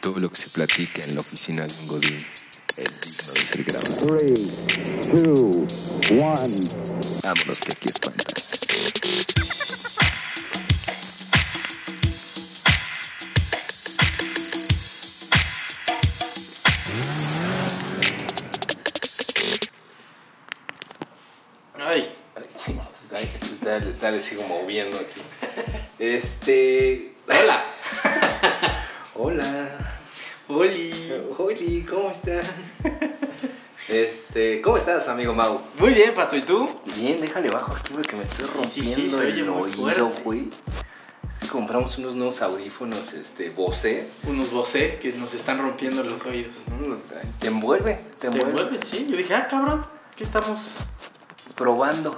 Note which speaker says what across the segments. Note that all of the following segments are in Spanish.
Speaker 1: Todo lo que se platica en la oficina de un godín es digno de ser grabado.
Speaker 2: 3, 2, 1.
Speaker 1: Vámonos que aquí espanta.
Speaker 3: Ay, ay, ay, dale, dale, sigo moviendo aquí. Este. Hola. Hola.
Speaker 4: Oli.
Speaker 3: Oli, ¿cómo están? Este, ¿cómo estás, amigo Mau?
Speaker 4: Muy bien, Pato, ¿y tú?
Speaker 3: Bien, déjale bajo aquí porque me estoy
Speaker 4: Sí, sí, sí,
Speaker 3: rompiendo
Speaker 4: se oye
Speaker 3: el
Speaker 4: muy
Speaker 3: oído,
Speaker 4: fuerte.
Speaker 3: güey. Es que compramos unos nuevos audífonos, este, Bose.
Speaker 4: Unos vocé que nos están rompiendo los oídos.
Speaker 3: Mm, Te envuelve, te
Speaker 4: ¿Te
Speaker 3: envuelve.
Speaker 4: vuelves? Sí, yo dije, ah, cabrón, ¿qué estamos?
Speaker 3: Probando.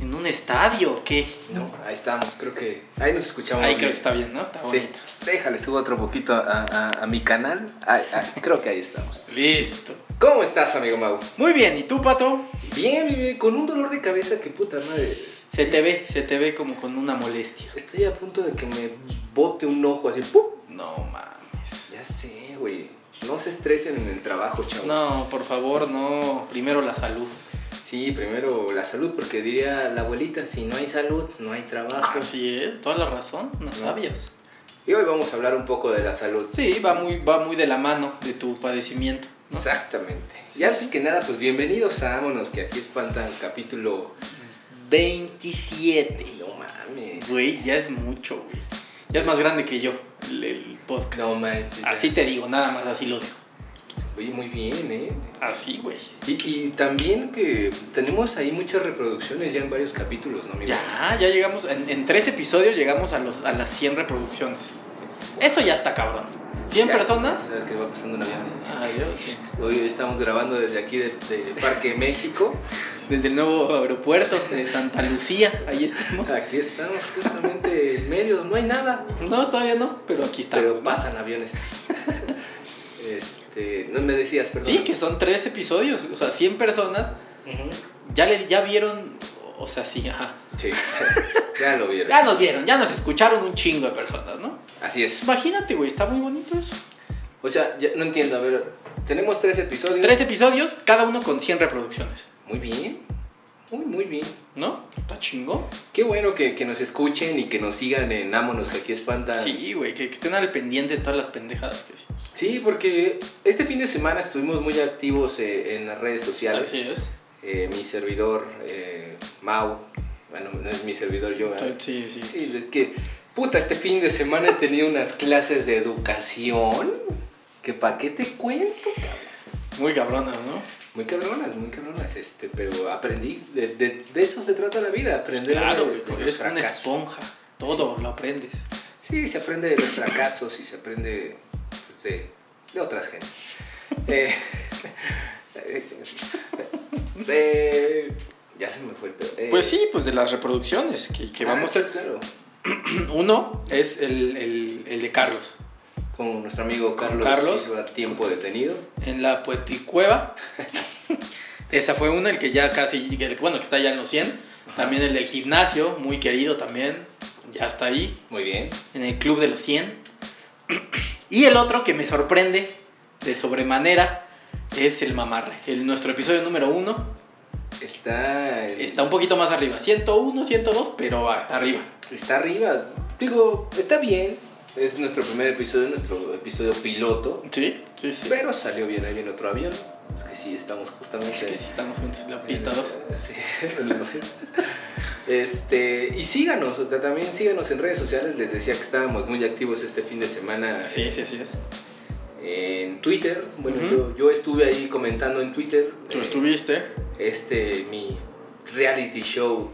Speaker 4: ¿En un estadio o qué?
Speaker 3: No, ahí estamos, creo que. Ahí nos escuchamos.
Speaker 4: Ahí
Speaker 3: bien.
Speaker 4: creo que está bien, ¿no? Está
Speaker 3: Sí,
Speaker 4: bonito.
Speaker 3: déjale, subo otro poquito a, a- a mi canal. Ay, ay, creo que ahí estamos.
Speaker 4: Listo.
Speaker 3: ¿Cómo estás, amigo Mau?
Speaker 4: Muy bien, ¿y tú, Pato?
Speaker 3: Bien, bien, bien, con un dolor de cabeza que puta madre.
Speaker 4: Se te ve, se te ve como con una molestia.
Speaker 3: Estoy a punto de que me bote un ojo así. ¡pum!
Speaker 4: No mames.
Speaker 3: Ya sé, güey. No se estresen en el trabajo, chavos.
Speaker 4: No, por favor, no. Primero la salud.
Speaker 3: Sí, primero la salud, porque diría la abuelita, si no hay salud, no hay trabajo.
Speaker 4: Así es, toda la razón, no sabías.
Speaker 3: Y hoy vamos a hablar un poco de la salud.
Speaker 4: Sí, va muy, va muy de la mano de tu padecimiento. ¿no?
Speaker 3: Exactamente. Y antes que nada, pues bienvenidos a Vámonos, que aquí espantan capítulo...
Speaker 4: 27.
Speaker 3: No mames.
Speaker 4: Güey, ya es mucho, güey. Ya es más grande que yo, el, el podcast.
Speaker 3: No manches.
Speaker 4: así te digo, nada más así lo digo.
Speaker 3: Oye, muy bien, ¿eh?
Speaker 4: Así, güey.
Speaker 3: Y, y también que tenemos ahí muchas reproducciones ya en varios capítulos, ¿no, amigo?
Speaker 4: Ya, ya llegamos, en, en tres episodios llegamos a, los, a las 100 reproducciones. Eso ya está cabrón. 100
Speaker 3: Ya,
Speaker 4: personas.
Speaker 3: ¿Sabes qué va pasando un avión?
Speaker 4: Adiós. sí.
Speaker 3: Hoy estamos grabando desde aquí de, de Parque México.
Speaker 4: Desde el nuevo aeropuerto de Santa Lucía, ahí estamos.
Speaker 3: Aquí estamos justamente en medio, no hay nada.
Speaker 4: No, todavía no, pero aquí está.
Speaker 3: Pero pasan aviones. Este, no me decías, perdón.
Speaker 4: Sí, que son tres episodios, o sea, 100 personas.
Speaker 3: Ujú.
Speaker 4: Ya, le, ya vieron, o sea, sí, ajá.
Speaker 3: Sí, ya lo vieron.
Speaker 4: Ya nos vieron, ya nos escucharon un chingo de personas, ¿no?
Speaker 3: Así es.
Speaker 4: Imagínate, güey, está muy bonito eso.
Speaker 3: O sea, ya- no entiendo, a ver, tenemos tres episodios.
Speaker 4: Tres episodios, cada uno con 100 reproducciones,
Speaker 3: Muy bien, muy, muy bien.
Speaker 4: ¿no? Está chingo.
Speaker 3: Qué bueno que, que nos escuchen y que nos sigan en Ámonos, que aquí espantan.
Speaker 4: Sí, güey, que que estén al pendiente de todas las pendejadas que hicimos.
Speaker 3: Sí, porque este fin de semana estuvimos muy activos eh, en las redes sociales.
Speaker 4: Así es.
Speaker 3: Eh, mi servidor, eh, Mau, bueno, no es mi servidor yo. ¿verdad?
Speaker 4: Sí, sí.
Speaker 3: Sí, es que, puta, este fin de semana he tenido unas clases de educación. Que pa' qué te cuento, cabrón.
Speaker 4: Muy cabronas, ¿no?
Speaker 3: Muy cabronas, muy cabronas, este, pero aprendí. De, de- de eso se trata la vida, aprender
Speaker 4: Claro,
Speaker 3: de, de
Speaker 4: güey,
Speaker 3: los
Speaker 4: es una
Speaker 3: fracasos.
Speaker 4: esponja. Todo lo aprendes.
Speaker 3: Sí, se aprende de los fracasos y se aprende pues, de, de otras gentes. Eh, eh, ya se me fue el pedo. Eh,
Speaker 4: Pues sí, pues de las reproducciones que, que
Speaker 3: ah,
Speaker 4: vamos
Speaker 3: sí,
Speaker 4: a...
Speaker 3: claro.
Speaker 4: Uno es el, el- el de Carlos.
Speaker 3: Con nuestro amigo Carlos,
Speaker 4: Carlos.
Speaker 3: Silva, tiempo detenido.
Speaker 4: En la Poeticueva. Esa fue una, el que ya casi, el- bueno, que está ya en los 100. También el del gimnasio, muy querido también. Ya está ahí.
Speaker 3: Muy bien.
Speaker 4: en el Club de los 100. Y el otro que me sorprende de sobremanera es el mamarre. El, nuestro episodio número 1
Speaker 3: Está, en-
Speaker 4: está un poquito más arriba. 101, 102, pero hasta arriba.
Speaker 3: está arriba. Digo, está bien. Es nuestro primer episodio, nuestro episodio piloto.
Speaker 4: Sí, sí, sí.
Speaker 3: Pero salió bien, ahí viene otro avión. Es que sí, estamos justamente.
Speaker 4: Es que sí, estamos juntos en la pista 2.
Speaker 3: Sí. Este, y síganos, o sea, también síganos en redes sociales. Les decía que estábamos muy activos este fin de semana
Speaker 4: Sí, sí, sí. Es.
Speaker 3: en Twitter. Bueno,
Speaker 4: Ujú.
Speaker 3: yo, yo estuve ahí comentando en Twitter
Speaker 4: Tú
Speaker 3: eh,
Speaker 4: estuviste.
Speaker 3: este mi reality show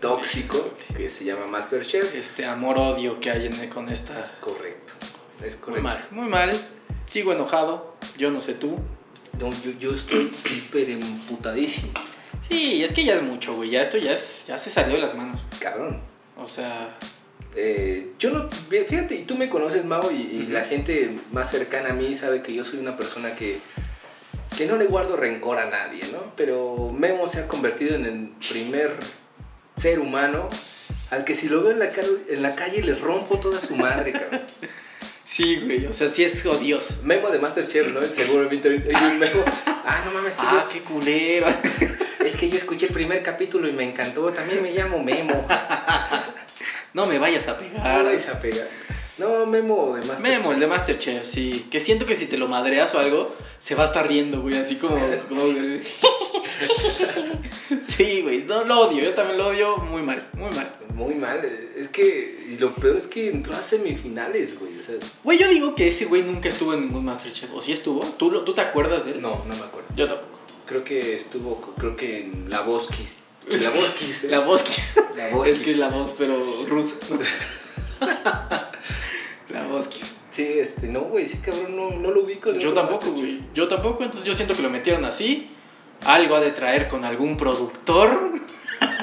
Speaker 3: tóxico que se llama MasterChef.
Speaker 4: Este amor-odio que hay en, con estas.
Speaker 3: Correcto, es
Speaker 4: Muy
Speaker 3: correcto.
Speaker 4: mal, muy mal. Sigo enojado. Yo no sé tú.
Speaker 3: No, yo, yo estoy hiper emputadísimo,
Speaker 4: Sí, es que ya es mucho, güey. Ya esto ya, es- ya se salió de las manos.
Speaker 3: cabrón.
Speaker 4: O sea,
Speaker 3: Eh, yo no, fíjate, y tú me conoces, Mau, y, y la gente más cercana a mí sabe que yo soy una persona que, que no le guardo rencor a nadie, ¿no? Pero Memo se ha convertido en el primer ser humano al que si lo veo en la, cal- en la calle le rompo toda su madre, cabrón.
Speaker 4: Sí, güey, o sea, sí es odioso.
Speaker 3: Memo de Masterchef, ¿no? Seguramente ahorita hay un memo. Ah, no mames, que yo-
Speaker 4: Ah, qué culero.
Speaker 3: es que yo escuché el primer capítulo y me encantó. También me llamo Memo.
Speaker 4: No me vayas a pegar.
Speaker 3: Ahora esa pega. No, Memo de Masterchef.
Speaker 4: Memo, el de Masterchef, sí. Que siento que si te lo madreas o algo, se va a estar riendo, güey. Así como. como- sí, güey. No, lo odio. Yo también lo odio muy mal, muy mal.
Speaker 3: Muy mal. Es que y lo peor es que entró a semifinales, güey. O sea,
Speaker 4: Güey, yo digo que ese güey nunca estuvo en ningún Masterchef. ¿O sí estuvo? ¿Tú, lo- ¿Tú te acuerdas de él?
Speaker 3: no, no me acuerdo.
Speaker 4: Yo tampoco.
Speaker 3: Creo que estuvo, creo que en La Bosquis. La Bosquis.
Speaker 4: La voz quiso.
Speaker 3: La voz
Speaker 4: Es
Speaker 3: quiso.
Speaker 4: que es la voz, pero rusa. la voz quiso.
Speaker 3: Sí, este, no, güey, ese cabrón no, no lo ubico. de
Speaker 4: Yo
Speaker 3: otro
Speaker 4: tampoco,
Speaker 3: Masterchef.
Speaker 4: güey. Yo tampoco, entonces yo siento que lo metieron así. Algo ha de traer con algún productor.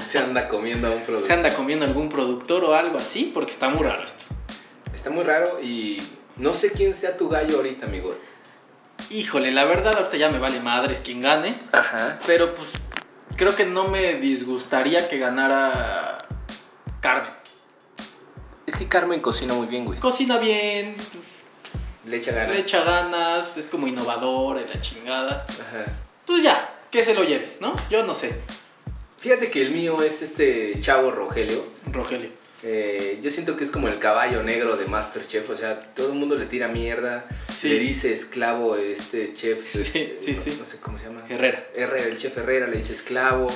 Speaker 3: Se anda comiendo a un producto.
Speaker 4: Se anda comiendo algún productor o algo así, porque está muy raro esto.
Speaker 3: Está muy raro y no sé quién sea tu gallo ahorita, amigo.
Speaker 4: Híjole, la verdad, ahorita ya me vale madres quien gane.
Speaker 3: Ajá.
Speaker 4: Pero pues, creo que no me disgustaría que ganara Carmen.
Speaker 3: Es que Carmen cocina muy bien, güey.
Speaker 4: Cocina bien,
Speaker 3: Le echa ganas.
Speaker 4: le echa ganas, es como innovador y la chingada.
Speaker 3: Ajá.
Speaker 4: Pues ya, que se lo lleve, ¿no? Yo no sé,
Speaker 3: Fíjate que el mío es este chavo Rogelio.
Speaker 4: Rogelio.
Speaker 3: Eh, yo siento que es como el caballo negro de Masterchef, o sea, todo el mundo le tira mierda,
Speaker 4: Sí.
Speaker 3: le dice esclavo este chef,
Speaker 4: Sí,
Speaker 3: este,
Speaker 4: sí,
Speaker 3: no,
Speaker 4: sí.
Speaker 3: no sé cómo se llama,
Speaker 4: Herrera.
Speaker 3: Herrera, el chef Herrera le dice esclavo,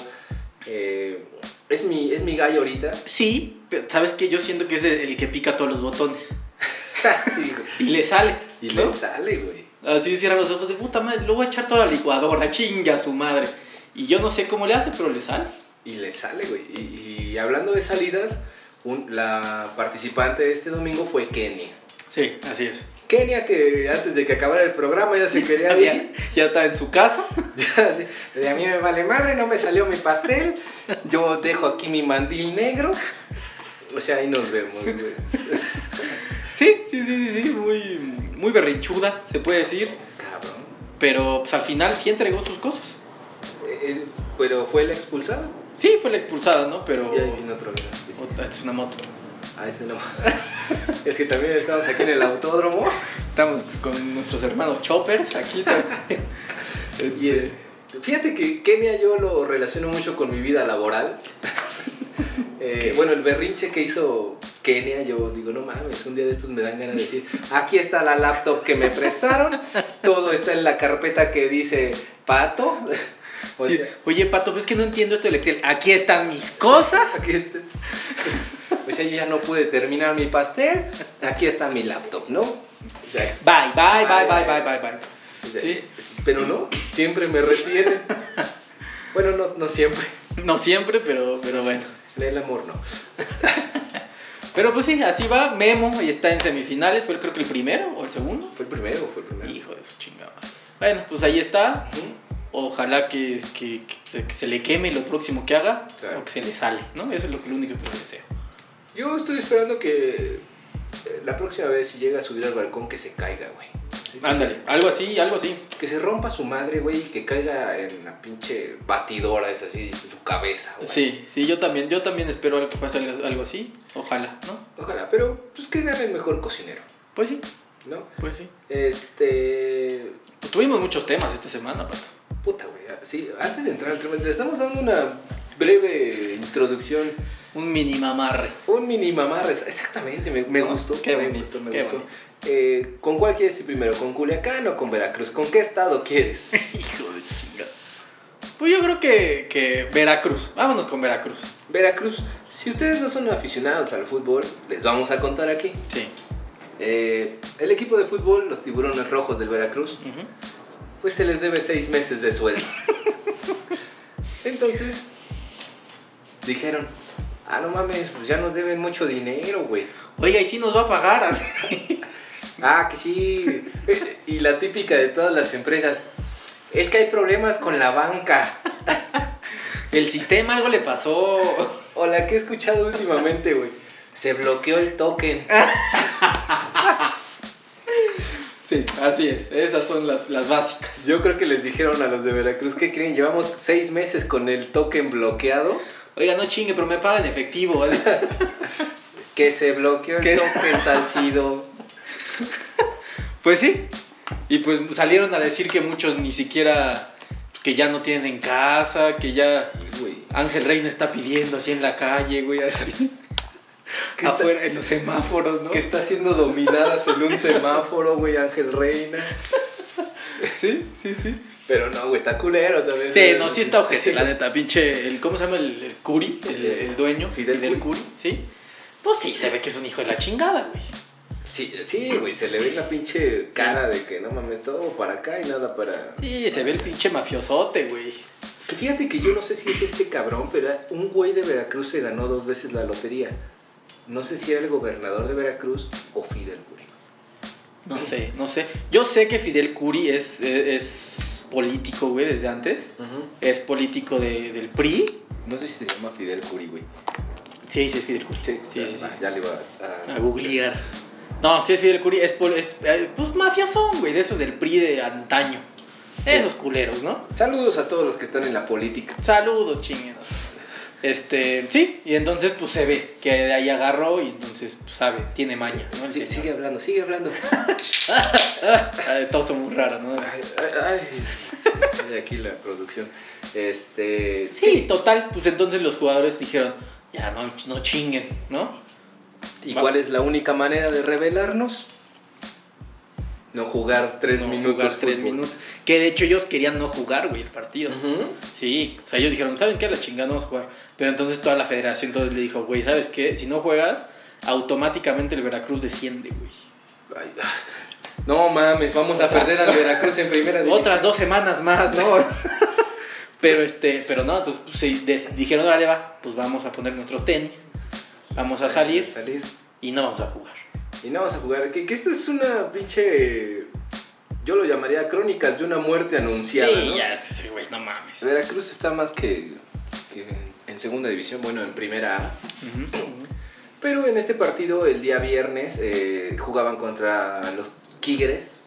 Speaker 3: eh, es, mi, es mi gallo ahorita,
Speaker 4: Sí, pero sabes que yo siento que es el el que pica todos los botones.
Speaker 3: Sí, güey.
Speaker 4: Y le sale.
Speaker 3: y
Speaker 4: ¿no?
Speaker 3: le sale, güey.
Speaker 4: Así cierra los ojos de puta madre, lo voy a echar toda la licuadora, chinga a su madre. Y yo no sé cómo le hace, pero le sale.
Speaker 3: Y le sale, güey. Y, y hablando de salidas, un- la participante de este domingo fue Kenia.
Speaker 4: Sí, así es.
Speaker 3: Kenia que antes de que acabara el programa ya se quería ir.
Speaker 4: ya está en su casa.
Speaker 3: Ya, sí. De a mí me vale madre, no me salió mi pastel. Yo dejo aquí mi mandil negro. O sea, ahí nos vemos, güey.
Speaker 4: Sí, sí, sí, sí, sí, muy, muy berrinchuda, se puede decir.
Speaker 3: Cabrón.
Speaker 4: Pero pues, al final sí entregó sus cosas.
Speaker 3: Eh, él- pero fue la expulsada.
Speaker 4: Sí, fue la expulsada, ¿no? Pero.
Speaker 3: Y ahí viene otro. mira.
Speaker 4: Otra- esta es una moto.
Speaker 3: Ah, ese no. Es que también estamos aquí en el autódromo.
Speaker 4: Estamos con nuestros hermanos choppers aquí también. Este,
Speaker 3: Y es. Fíjate que Kenia yo lo relaciono mucho con mi vida laboral. Eh, bueno, el berrinche que hizo Kenia, yo digo, no mames, un día de estos me dan ganas de decir, aquí está la laptop que me prestaron, todo está en la carpeta que dice pato. O
Speaker 4: sí,
Speaker 3: sea,
Speaker 4: Oye, Pato, pues que no entiendo esto del Excel. Aquí están mis cosas.
Speaker 3: aquí está- o sea, yo ya no pude terminar mi pastel, aquí está mi laptop, ¿no? O sea,
Speaker 4: Bye, bye, bye, bye, bye, bye, bye.
Speaker 3: Sí,
Speaker 4: Sí.
Speaker 3: pero no, siempre me retienen. Bueno, no, no siempre,
Speaker 4: No siempre, pero, pero bueno.
Speaker 3: en el amor no.
Speaker 4: Pero pues sí, así va. Memo y está en semifinales. Fue creo que el primero o el segundo.
Speaker 3: Fue el primero, fue el primero.
Speaker 4: Hijo de su chingada. madre. Bueno, pues ahí está.
Speaker 3: Ujú.
Speaker 4: Ojalá que, que- que se, que se le queme lo próximo que haga
Speaker 3: Claro.
Speaker 4: o que se le sale, ¿no? Eso es lo, que, lo único que deseo.
Speaker 3: Yo estoy esperando que eh, la próxima vez si llega a subir al balcón que se caiga, güey. Así que
Speaker 4: Ándale, algo así, algo así.
Speaker 3: se- Que se rompa su madre, güey, y que caiga en la pinche batidora, es así, su cabeza, güey.
Speaker 4: Sí, sí, yo también, yo también espero algo que pase algo, algo así. Ojalá, ¿no?
Speaker 3: Ojalá, pero pues que gane el mejor cocinero,
Speaker 4: Pues sí,
Speaker 3: ¿no?
Speaker 4: pues sí.
Speaker 3: Este...
Speaker 4: Pues tuvimos muchos temas esta semana, Pato.
Speaker 3: Puta, güey. ah, Sí, antes de entrar al tema, le estamos dando una breve introducción.
Speaker 4: Un mini mamarre.
Speaker 3: Un mini mamarres, exactamente, me, me
Speaker 4: No,
Speaker 3: gustó.
Speaker 4: qué
Speaker 3: me
Speaker 4: bonito,
Speaker 3: gustó, me
Speaker 4: qué
Speaker 3: gustó.
Speaker 4: bonito.
Speaker 3: Eh, ¿Con cuál quieres ir primero? ¿Con Culiacán o con Veracruz? ¿Con qué estado quieres?
Speaker 4: Hijo de chingada. Pues yo creo que, que Veracruz. Vámonos con Veracruz.
Speaker 3: Veracruz, si ustedes no son aficionados al fútbol, les vamos a contar aquí.
Speaker 4: Sí.
Speaker 3: Eh, el equipo de fútbol, los tiburones rojos del Veracruz,
Speaker 4: Ujú.
Speaker 3: pues se les debe seis meses de sueldo. Entonces, dijeron, ah, no mames, pues ya nos deben mucho dinero, güey.
Speaker 4: Oiga, y si nos va a pagar. así.
Speaker 3: Ah, que sí. y la típica de todas las empresas, es que hay problemas con la banca.
Speaker 4: El sistema algo le pasó.
Speaker 3: O la que he escuchado últimamente, güey. Se bloqueó el token.
Speaker 4: Sí, así es. Esas son las, las básicas.
Speaker 3: Yo creo que les dijeron a los de Veracruz, ¿qué creen? Llevamos seis meses con el token bloqueado.
Speaker 4: Oiga, no chingue, pero me pagan en efectivo. ¿eh?
Speaker 3: Que se bloqueó el
Speaker 4: ¿Qué?
Speaker 3: token, Salcido.
Speaker 4: Pues sí. Y pues salieron a decir que muchos ni siquiera, que ya no tienen en casa, que ya
Speaker 3: Y, güey,
Speaker 4: Ángel Reina está pidiendo así en la calle, güey, así.
Speaker 3: ¿Qué está-
Speaker 4: Afuera, en los semáforos, ¿no?
Speaker 3: Que está siendo dominadas en un semáforo, güey, Ángel Reina.
Speaker 4: Sí, sí, sí.
Speaker 3: Pero no, güey, está culero también.
Speaker 4: Sí, no, sí está ojete, Eh, la neta, pinche, el, ¿cómo se llama? El, el Curi, el, el dueño.
Speaker 3: Fidel Curi.
Speaker 4: sí. Pues sí, se ve que es un hijo de la chingada, güey.
Speaker 3: Sí, sí, güey, se le ve la pinche cara de que no mames, todo para acá y nada para...
Speaker 4: Sí, se ve el pinche mafiosote, güey.
Speaker 3: Que Fíjate que yo no sé si es este cabrón, pero un güey de Veracruz se ganó dos veces la lotería. No sé si era el gobernador de Veracruz o Fidel Curi.
Speaker 4: No sé, no sé. Yo sé que Fidel Curi es, es, es político, güey, desde antes. Es político de- del PRI.
Speaker 3: No sé si se llama Fidel Curi, güey.
Speaker 4: Sí, sí, es Fidel Curi. sí,
Speaker 3: ya,
Speaker 4: sí. sí.
Speaker 3: ah, ya le iba a...
Speaker 4: A googlear. No, sí es Fidel Curi, es, pol- es- eh, pues mafiosón, güey, de esos del PRI de antaño. Esos culeros, ¿no?
Speaker 3: Saludos a todos los que están en la política.
Speaker 4: Saludos, chingados. Este, sí, y entonces pues se ve que de ahí agarró y entonces pues, sabe, tiene maña, ¿no? El
Speaker 3: Sí,
Speaker 4: señor.
Speaker 3: sigue hablando, sigue hablando.
Speaker 4: Ah, todos son muy raros, ¿no?
Speaker 3: Ay, ay, ay. De aquí la producción. Este.
Speaker 4: Sí, total, pues entonces los jugadores dijeron, ya no, no chinguen, ¿no?
Speaker 3: ¿Y cuál es la única manera de revelarnos? No jugar tres
Speaker 4: No
Speaker 3: minutos.
Speaker 4: jugar tres
Speaker 3: fútbol.
Speaker 4: minutos. Que de hecho ellos querían no jugar, güey, el partido.
Speaker 3: Ujú.
Speaker 4: Sí, o sea, ellos dijeron, ¿saben qué? A La chingada no vamos a jugar. Pero entonces toda la federación entonces le dijo, güey, ¿sabes qué? Si no juegas, automáticamente el Veracruz desciende, güey.
Speaker 3: Ay, ah. no mames, vamos a perder al Veracruz en primera división.
Speaker 4: Otras dos semanas más, ¿no? pero este, pero no, entonces pues, sí, des- dijeron, órale, va, pues vamos a poner nuestros tenis, vamos a salir
Speaker 3: Salir.
Speaker 4: y no vamos a jugar.
Speaker 3: Y no vamos a jugar. Que, que esto es una pinche. Yo lo llamaría crónicas de una muerte anunciada.
Speaker 4: sí,
Speaker 3: ¿no?
Speaker 4: ya, es que sí, güey, no mames.
Speaker 3: Veracruz está más que, que en segunda división, bueno, en primera A. Pero en este partido, el día viernes, eh, jugaban contra los Tigres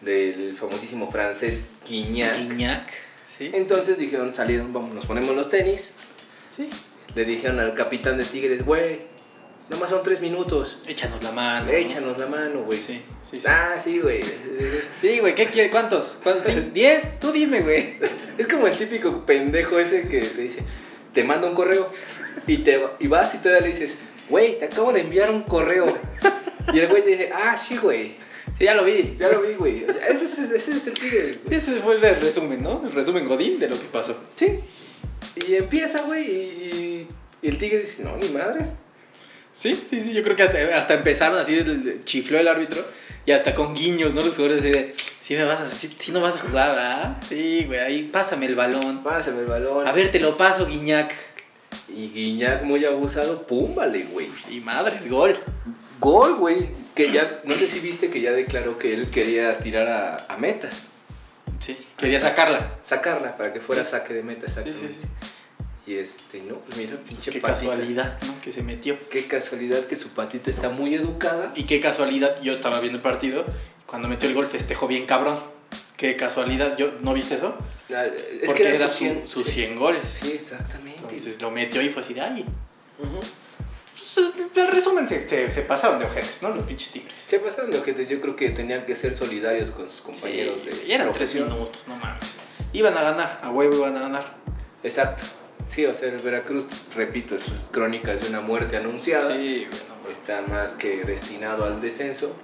Speaker 3: del famosísimo francés Guignac.
Speaker 4: Guiñac, ¿sí?
Speaker 3: Entonces dijeron, salieron, vamos, nos ponemos los tenis.
Speaker 4: Sí.
Speaker 3: Le dijeron al capitán de Tigres, güey, nomás son tres minutos.
Speaker 4: Échanos la mano. Ah, ¿no?
Speaker 3: Échanos la mano, güey.
Speaker 4: Sí, sí, sí.
Speaker 3: Ah, sí, güey.
Speaker 4: Sí, güey, ¿qué quiere? ¿Cuántos? ¿Cuántos? ¿Sí? ¿Diez? Tú dime, güey.
Speaker 3: Es como el típico pendejo ese que te dice, te manda un correo y, te, y vas y todavía le dices, güey, te acabo de enviar un correo. Y el güey te dice, ah, sí, güey,
Speaker 4: Sí, ya lo vi.
Speaker 3: ya lo vi, güey. O sea, ese, es, ese es el tigre. güey.
Speaker 4: Ese fue el resumen, ¿no? El resumen Godín de lo que pasó.
Speaker 3: Sí. Y empieza, güey, y, y el tigre dice, no, ni madres.
Speaker 4: Sí, sí, sí. Yo creo que hasta, hasta empezaron así, el- el- chifló el árbitro y hasta con guiños, ¿no? Los jugadores así de, sí, me vas a, sí, sí no vas a jugar, ¿verdad? Sí, güey, ahí pásame el balón.
Speaker 3: Pásame el balón.
Speaker 4: A ver, te lo paso, Guiñac.
Speaker 3: Y Guiñac, muy abusado, pum, vale, güey.
Speaker 4: Y madres, gol.
Speaker 3: Gol, güey. Que ya, no sé si viste que ya declaró que él quería tirar a, a meta.
Speaker 4: Sí, quería sacarla.
Speaker 3: Sacarla para que fuera saque de meta,
Speaker 4: Sí,
Speaker 3: exactamente.
Speaker 4: sí, sí.
Speaker 3: Y este, no, pues mira, pinche
Speaker 4: Qué
Speaker 3: patita.
Speaker 4: casualidad, ¿no? Que se metió.
Speaker 3: Qué casualidad que su patita está muy educada.
Speaker 4: Y qué casualidad, yo estaba viendo el partido, cuando metió el gol festejó bien cabrón. Qué casualidad, yo, ¿no viste eso?
Speaker 3: La- es
Speaker 4: Porque
Speaker 3: que
Speaker 4: era su- sus 100 goles.
Speaker 3: Sí, exactamente.
Speaker 4: Entonces lo metió y fue así de ahí.
Speaker 3: Ujú.
Speaker 4: Pues, En resumen, se, se, se pasaron de ojetes, ¿no? Los pinches tigres.
Speaker 3: Se pasaron de ojetes, yo creo que tenían que ser solidarios con sus compañeros
Speaker 4: Sí,
Speaker 3: de
Speaker 4: y eran tres
Speaker 3: profesión.
Speaker 4: minutos, no mames. Iban a ganar, a huevo iban a ganar.
Speaker 3: Exacto. Sí, o sea, el Veracruz, repito, sus crónicas de una muerte anunciada.
Speaker 4: Sí, bueno, pues,
Speaker 3: está más que destinado al descenso.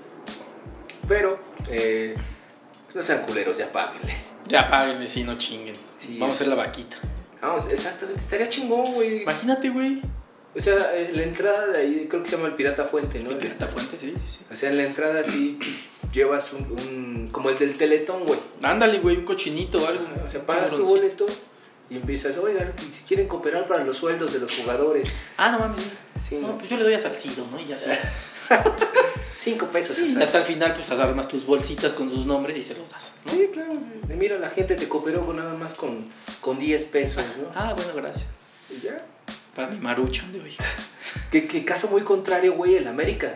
Speaker 3: Pero eh, no sean culeros, ya páguenle.
Speaker 4: ya páguenme si no chinguen.
Speaker 3: Sí,
Speaker 4: Vamos a
Speaker 3: es-
Speaker 4: hacer la vaquita.
Speaker 3: Vamos, exactamente, estaría chingón, güey.
Speaker 4: Imagínate, güey.
Speaker 3: O sea, eh, la entrada de ahí, creo que se llama el Pirata Fuente, ¿no?
Speaker 4: Esta fuente, sí, sí, sí.
Speaker 3: O sea, en la entrada sí llevas un, un- como el del Teletón, güey.
Speaker 4: Ándale, güey, un cochinito o algo.
Speaker 3: O sea, pagas tu
Speaker 4: Cabroncito.
Speaker 3: boleto y empiezas, oigan, si quieren cooperar para los sueldos de los jugadores,
Speaker 4: Ah, no mames.
Speaker 3: Sí,
Speaker 4: no,
Speaker 3: no.
Speaker 4: pues yo le doy a Salcido, ¿no? Y ya se.
Speaker 3: cinco pesos.
Speaker 4: Sí,
Speaker 3: exacto.
Speaker 4: hasta el final, pues armas tus bolsitas con sus nombres y se los das. ¿no?
Speaker 3: Sí, claro. de- Mira, la gente te cooperó con nada más con, con 10 pesos, ¿no?
Speaker 4: Ah, bueno, gracias.
Speaker 3: Y ya.
Speaker 4: Para mi marucha de hoy.
Speaker 3: Que, que caso muy contrario, güey, el América.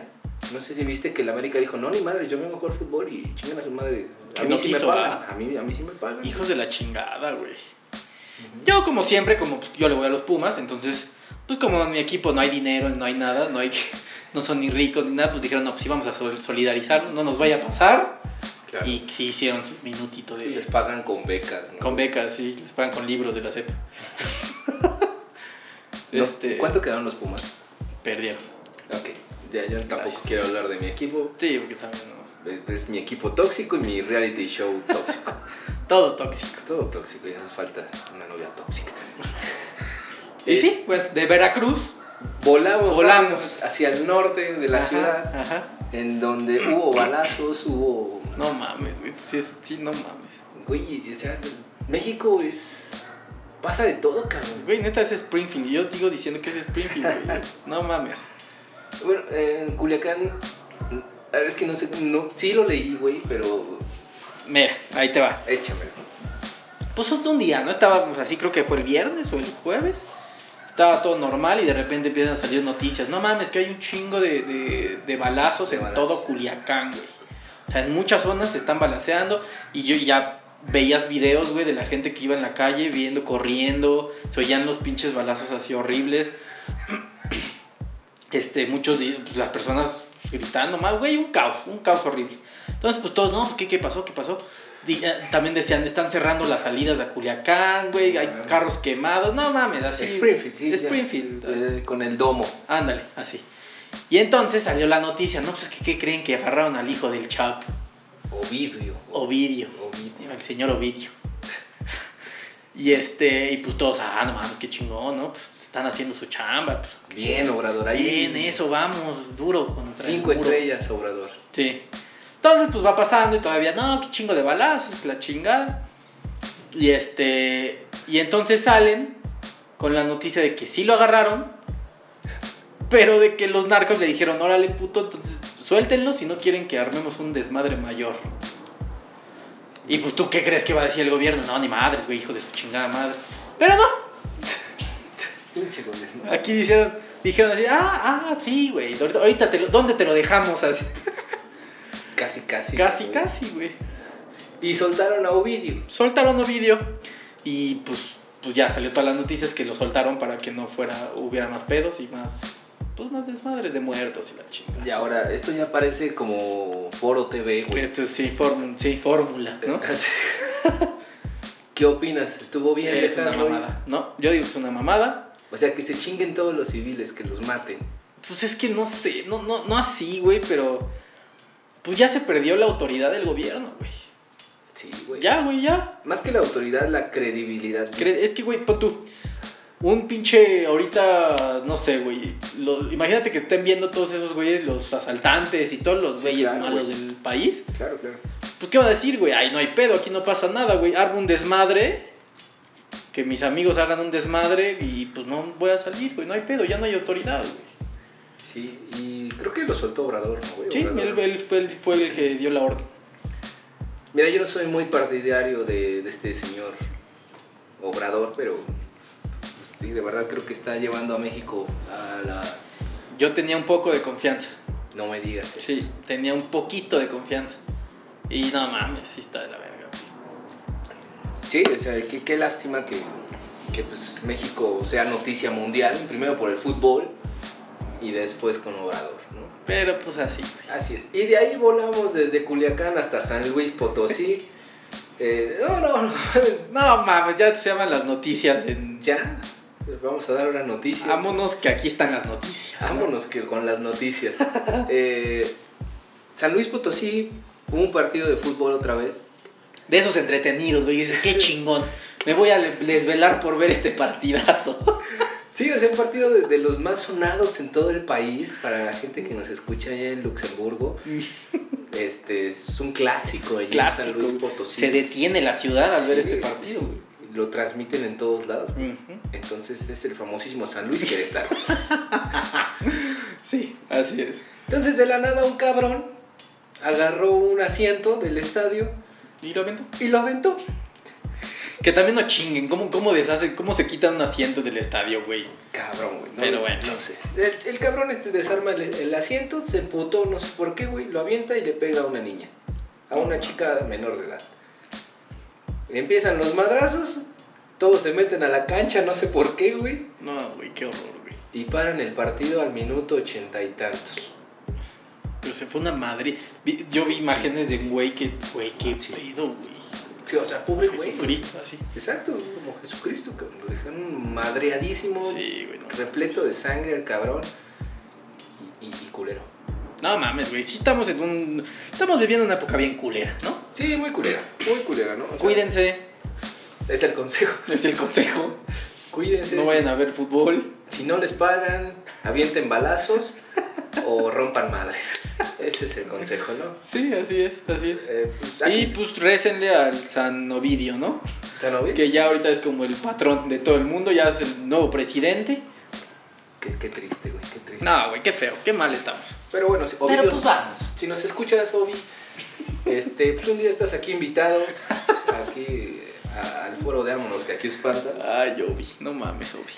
Speaker 3: No sé si viste que el América dijo, no, ni madre, yo vengo a jugar fútbol y chingan a su madre. A
Speaker 4: Que
Speaker 3: mí
Speaker 4: no
Speaker 3: sí
Speaker 4: quiso,
Speaker 3: me pagan.
Speaker 4: ¿verdad?
Speaker 3: A mí, a mí sí me pagan.
Speaker 4: Hijos de la chingada, güey. Yo, como siempre, como pues, yo le voy a los Pumas, entonces, pues como en mi equipo no hay dinero, no hay nada, no hay, no son ni ricos ni nada, pues dijeron, no, pues sí, vamos a sol- solidarizar, no nos vaya a pasar.
Speaker 3: Claro.
Speaker 4: Y sí hicieron su minutito
Speaker 3: Sí, les
Speaker 4: de...
Speaker 3: pagan con becas, ¿no?
Speaker 4: Con becas, sí, les pagan con libros de la CEP.
Speaker 3: Los-
Speaker 4: este,
Speaker 3: ¿Cuánto quedaron los Pumas?
Speaker 4: Perdieron.
Speaker 3: Ok, ya yo tampoco
Speaker 4: Gracias.
Speaker 3: quiero hablar de mi equipo.
Speaker 4: Sí, porque también... no.
Speaker 3: Es, es mi equipo tóxico y mi reality show tóxico.
Speaker 4: Todo tóxico.
Speaker 3: Todo tóxico, ya nos falta una novia tóxica.
Speaker 4: Y
Speaker 3: Eh,
Speaker 4: sí, bueno, de Veracruz.
Speaker 3: Volamos,
Speaker 4: Volamos.
Speaker 3: hacia el norte de la
Speaker 4: Ajá,
Speaker 3: ciudad,
Speaker 4: Ajá.
Speaker 3: en donde hubo balazos, hubo...
Speaker 4: No mames, güey. Sí, es- sí, no mames.
Speaker 3: Güey, o sea, México es... pasa de todo, cabrón.
Speaker 4: Güey, neta es Springfield. Yo digo diciendo que es Springfield, güey. No mames.
Speaker 3: Bueno, en Culiacán, a ver, es que no sé, no, sí lo leí, güey, pero
Speaker 4: Mira, ahí te va.
Speaker 3: échamelo.
Speaker 4: Pues otro un día, ¿no? Estábamos así, creo que fue el viernes o el jueves. Estaba todo normal y de repente empiezan a salir noticias. No mames, que hay un chingo de, de- de balazos
Speaker 3: De
Speaker 4: en
Speaker 3: balazos.
Speaker 4: todo Culiacán, güey. O sea, en muchas zonas se están balaceando y yo ya veías videos, güey, de la gente que iba en la calle viendo, corriendo, se oían los pinches balazos así horribles. Este, muchos, di- pues, las personas gritando, más, güey, un caos, un caos horrible. Entonces, pues todos, ¿no? ¿Qué, qué pasó? ¿Qué pasó? Di- eh, también decían, están cerrando las salidas a Culiacán, güey, hay
Speaker 3: Ah.
Speaker 4: carros quemados, no mames, así.
Speaker 3: Springfield, sí. ya.
Speaker 4: Springfield, así.
Speaker 3: Eh, con el domo.
Speaker 4: Ándale, así. Y entonces salió la noticia, ¿no? Pues que ¿qué creen que agarraron al hijo del Chapo,
Speaker 3: Ovidio.
Speaker 4: Ovidio,
Speaker 3: Ovidio.
Speaker 4: el señor Ovidio. y este, y pues todos, ah, no mames, qué chingón, ¿no? Pues están haciendo su chamba, pues
Speaker 3: Bien, Obrador. Ahí.
Speaker 4: bien, eso, vamos, duro contra el
Speaker 3: Cinco
Speaker 4: muro.
Speaker 3: estrellas, Obrador.
Speaker 4: Sí. Entonces, pues va pasando y todavía, no, qué chingo de balazos, la chingada. Y este. Y entonces salen con la noticia de que sí lo agarraron, pero de que los narcos le dijeron, órale, puto, entonces suéltenlo si no quieren que armemos un desmadre mayor. Y pues, ¿tú qué crees que va a decir el gobierno? No, ni madres, güey, hijo de su chingada madre. Pero no,
Speaker 3: Pinche gobierno.
Speaker 4: aquí dijeron, dijeron así, ah, ah, sí, güey, ahorita- ahorita, te lo- ¿dónde te lo dejamos? Así,
Speaker 3: Casi, casi.
Speaker 4: casi,
Speaker 3: güey.
Speaker 4: casi, güey.
Speaker 3: Y soltaron a Ovidio.
Speaker 4: soltaron Ovidio y pues, pues ya salió todas las noticias que lo soltaron para que no fuera hubiera más pedos y más pues más desmadres de muertos y la chinga.
Speaker 3: Y ahora, esto ya parece como Foro TV, güey.
Speaker 4: Esto es sí, fórmula, sí, fórmula, ¿no?
Speaker 3: ¿Qué opinas? ¿Estuvo bien
Speaker 4: es una
Speaker 3: dejarlo ir?
Speaker 4: mamada. No, yo digo que es una mamada.
Speaker 3: O sea, que se chinguen todos los civiles, que los maten.
Speaker 4: Pues es que no sé, no no no así, güey, pero pues ya se perdió la autoridad del gobierno, güey.
Speaker 3: Sí, güey.
Speaker 4: Ya, güey, ya.
Speaker 3: Más que la autoridad, la credibilidad. güey.
Speaker 4: Cre- Es que, güey, pon tú. Un pinche ahorita, no sé, güey. lo- imagínate que estén viendo todos esos güeyes, los asaltantes y todos los
Speaker 3: Sí,
Speaker 4: güeyes
Speaker 3: claro,
Speaker 4: malos
Speaker 3: güey.
Speaker 4: del país.
Speaker 3: Claro, claro.
Speaker 4: Pues, ¿qué van a decir, güey? Ay, no hay pedo, aquí no pasa nada, güey. Armo un desmadre. Que mis amigos hagan un desmadre y pues no voy a salir, güey. No hay pedo, ya no hay autoridad, güey.
Speaker 3: Sí, y creo que lo soltó Obrador, ¿no, güey?
Speaker 4: Sí,
Speaker 3: Obrador.
Speaker 4: él, él fue, el- fue el que dio la orden.
Speaker 3: Mira, yo no soy muy partidario de, de este señor Obrador, pero pues, sí, de verdad creo que está llevando a México a la...
Speaker 4: Yo tenía un poco de confianza.
Speaker 3: No me digas eso.
Speaker 4: Sí, tenía un poquito de confianza. Y no mames, sí está de la verga, güey.
Speaker 3: Sí, o sea, qué, qué lástima que, que, pues, México sea noticia mundial, primero por el fútbol y después con Obrador, ¿no?
Speaker 4: Pero pues así, güey.
Speaker 3: Así es. Y de ahí volamos desde Culiacán hasta San Luis Potosí. Eh, no, no, no.
Speaker 4: No mames, ya se llaman las noticias en.
Speaker 3: Ya, vamos a dar ahora noticias.
Speaker 4: Vámonos que aquí están las noticias.
Speaker 3: Vámonos que con las noticias. Eh, San Luis Potosí, hubo un partido de fútbol otra vez.
Speaker 4: De esos entretenidos, güey. Dices, qué chingón. Me voy a le- desvelar por ver este partidazo.
Speaker 3: Sí, o sea, un partido de, de los más sonados en todo el país, para la gente que nos escucha allá en Luxemburgo. Este, es un clásico allá en San
Speaker 4: Clásico.
Speaker 3: Luis Potosí.
Speaker 4: Se detiene la ciudad al ver
Speaker 3: Sí,
Speaker 4: este partido,
Speaker 3: sí.
Speaker 4: güey. Mm.
Speaker 3: Lo transmiten en todos lados.
Speaker 4: Ujú.
Speaker 3: Entonces es el famosísimo San Luis Querétaro.
Speaker 4: Sí, así es.
Speaker 3: Entonces de la nada un cabrón agarró un asiento del estadio
Speaker 4: ¿Y lo aventó?
Speaker 3: y lo aventó.
Speaker 4: Que también no chinguen. ¿Cómo, cómo deshacen? ¿Cómo se quitan un asiento del estadio, güey?
Speaker 3: Cabrón, güey. No,
Speaker 4: Pero bueno.
Speaker 3: No sé. El, el cabrón este desarma el, el asiento, se emputó, no sé por qué, güey. Lo avienta y le pega a una niña. A una chica menor de edad. Empiezan los madrazos. Todos se meten a la cancha, no sé por qué, güey.
Speaker 4: No, güey, qué horror, güey.
Speaker 3: y paran el partido al minuto ochenta y tantos.
Speaker 4: Pero se fue una madre. Vi- Yo vi imágenes de un güey que, güey, qué
Speaker 3: Sí.
Speaker 4: pedo, güey.
Speaker 3: Sí, o sea, pobre güey.
Speaker 4: Jesucristo, así.
Speaker 3: Exacto, como Jesucristo, que lo dejaron madreadísimo,
Speaker 4: Sí, güey. no.
Speaker 3: repleto de sangre el cabrón y, y- y culero.
Speaker 4: No mames, güey. Sí estamos en un... Estamos viviendo una época bien culera, ¿no?
Speaker 3: Sí, muy culera, muy culera, ¿no? O sea,
Speaker 4: Cuídense.
Speaker 3: Es el consejo.
Speaker 4: Es el consejo.
Speaker 3: Cuídense.
Speaker 4: No vayan a ver fútbol.
Speaker 3: Si no les pagan, avienten balazos o rompan madres. Ese es el consejo, ¿no?
Speaker 4: Sí, así es, así es.
Speaker 3: Eh, pues,
Speaker 4: Y
Speaker 3: aquí-
Speaker 4: pues récenle al San Ovidio, ¿no?
Speaker 3: ¿Sanobi?
Speaker 4: Que ya ahorita es como el patrón de todo el mundo, ya es el nuevo presidente.
Speaker 3: Qué, qué triste, güey, qué triste.
Speaker 4: No, güey, qué feo, qué mal estamos.
Speaker 3: Pero bueno, si, Ovidio,
Speaker 4: Pero pues vamos.
Speaker 3: si nos escuchas, Obi, este, pues un día estás aquí invitado, aquí a- al foro de Ámonos, que aquí espanta.
Speaker 4: Ay, Ovi, no mames, Ovi.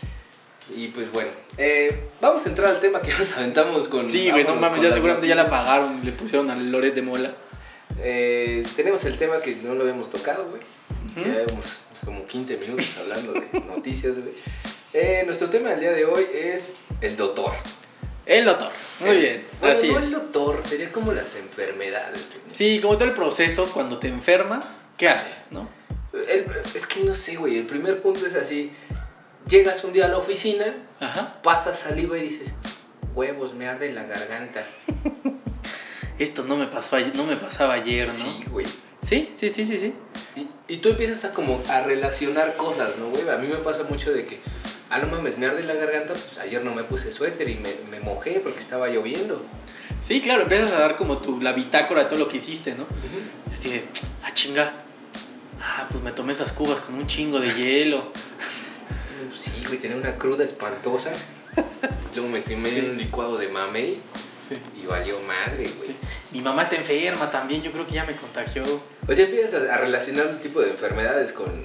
Speaker 3: Y pues bueno, eh, vamos a entrar al tema que nos aventamos con...
Speaker 4: Sí, güey, no
Speaker 3: Ámonos
Speaker 4: mames,
Speaker 3: con
Speaker 4: ya
Speaker 3: las
Speaker 4: seguramente ya la
Speaker 3: noticias.
Speaker 4: pagaron, le pusieron al Loret de Mola.
Speaker 3: Eh, tenemos el tema que no lo habíamos tocado, güey. Ya llevamos como 15 minutos hablando de noticias, güey. Eh, nuestro tema del día de hoy es el doctor.
Speaker 4: El doctor, muy
Speaker 3: Eh,
Speaker 4: bien,
Speaker 3: bueno,
Speaker 4: así
Speaker 3: no
Speaker 4: es.
Speaker 3: el doctor, sería como las enfermedades. güey.
Speaker 4: Sí, como todo el proceso, cuando te enfermas, ¿qué haces, no?
Speaker 3: El- es que no sé, güey. El primer punto es así. Llegas un día a la oficina,
Speaker 4: Ajá.
Speaker 3: pasas saliva y dices, huevos, me arde la garganta.
Speaker 4: Esto no me pasó ayer, no me pasaba ayer, ¿no?
Speaker 3: Sí, güey.
Speaker 4: Sí, sí, sí, sí, sí.
Speaker 3: Y, y tú empiezas a como a relacionar cosas, ¿no, güey? A mí me pasa mucho de que, ah, no mames, me arde la garganta, pues ayer no me puse suéter y me, me mojé porque estaba lloviendo.
Speaker 4: Sí, claro, empiezas a dar como tu, la bitácora de todo lo que hiciste, ¿no? Así de, ah, chinga. Ah, pues me tomé esas cubas con un chingo de hielo.
Speaker 3: Mm, Sí, güey, tenía una cruda espantosa. Luego me metí en un licuado de mamey
Speaker 4: Sí.
Speaker 3: y valió madre, güey.
Speaker 4: Mi mamá está enferma también, yo creo que ya me contagió.
Speaker 3: O sea, empiezas a, a relacionar un tipo de enfermedades con,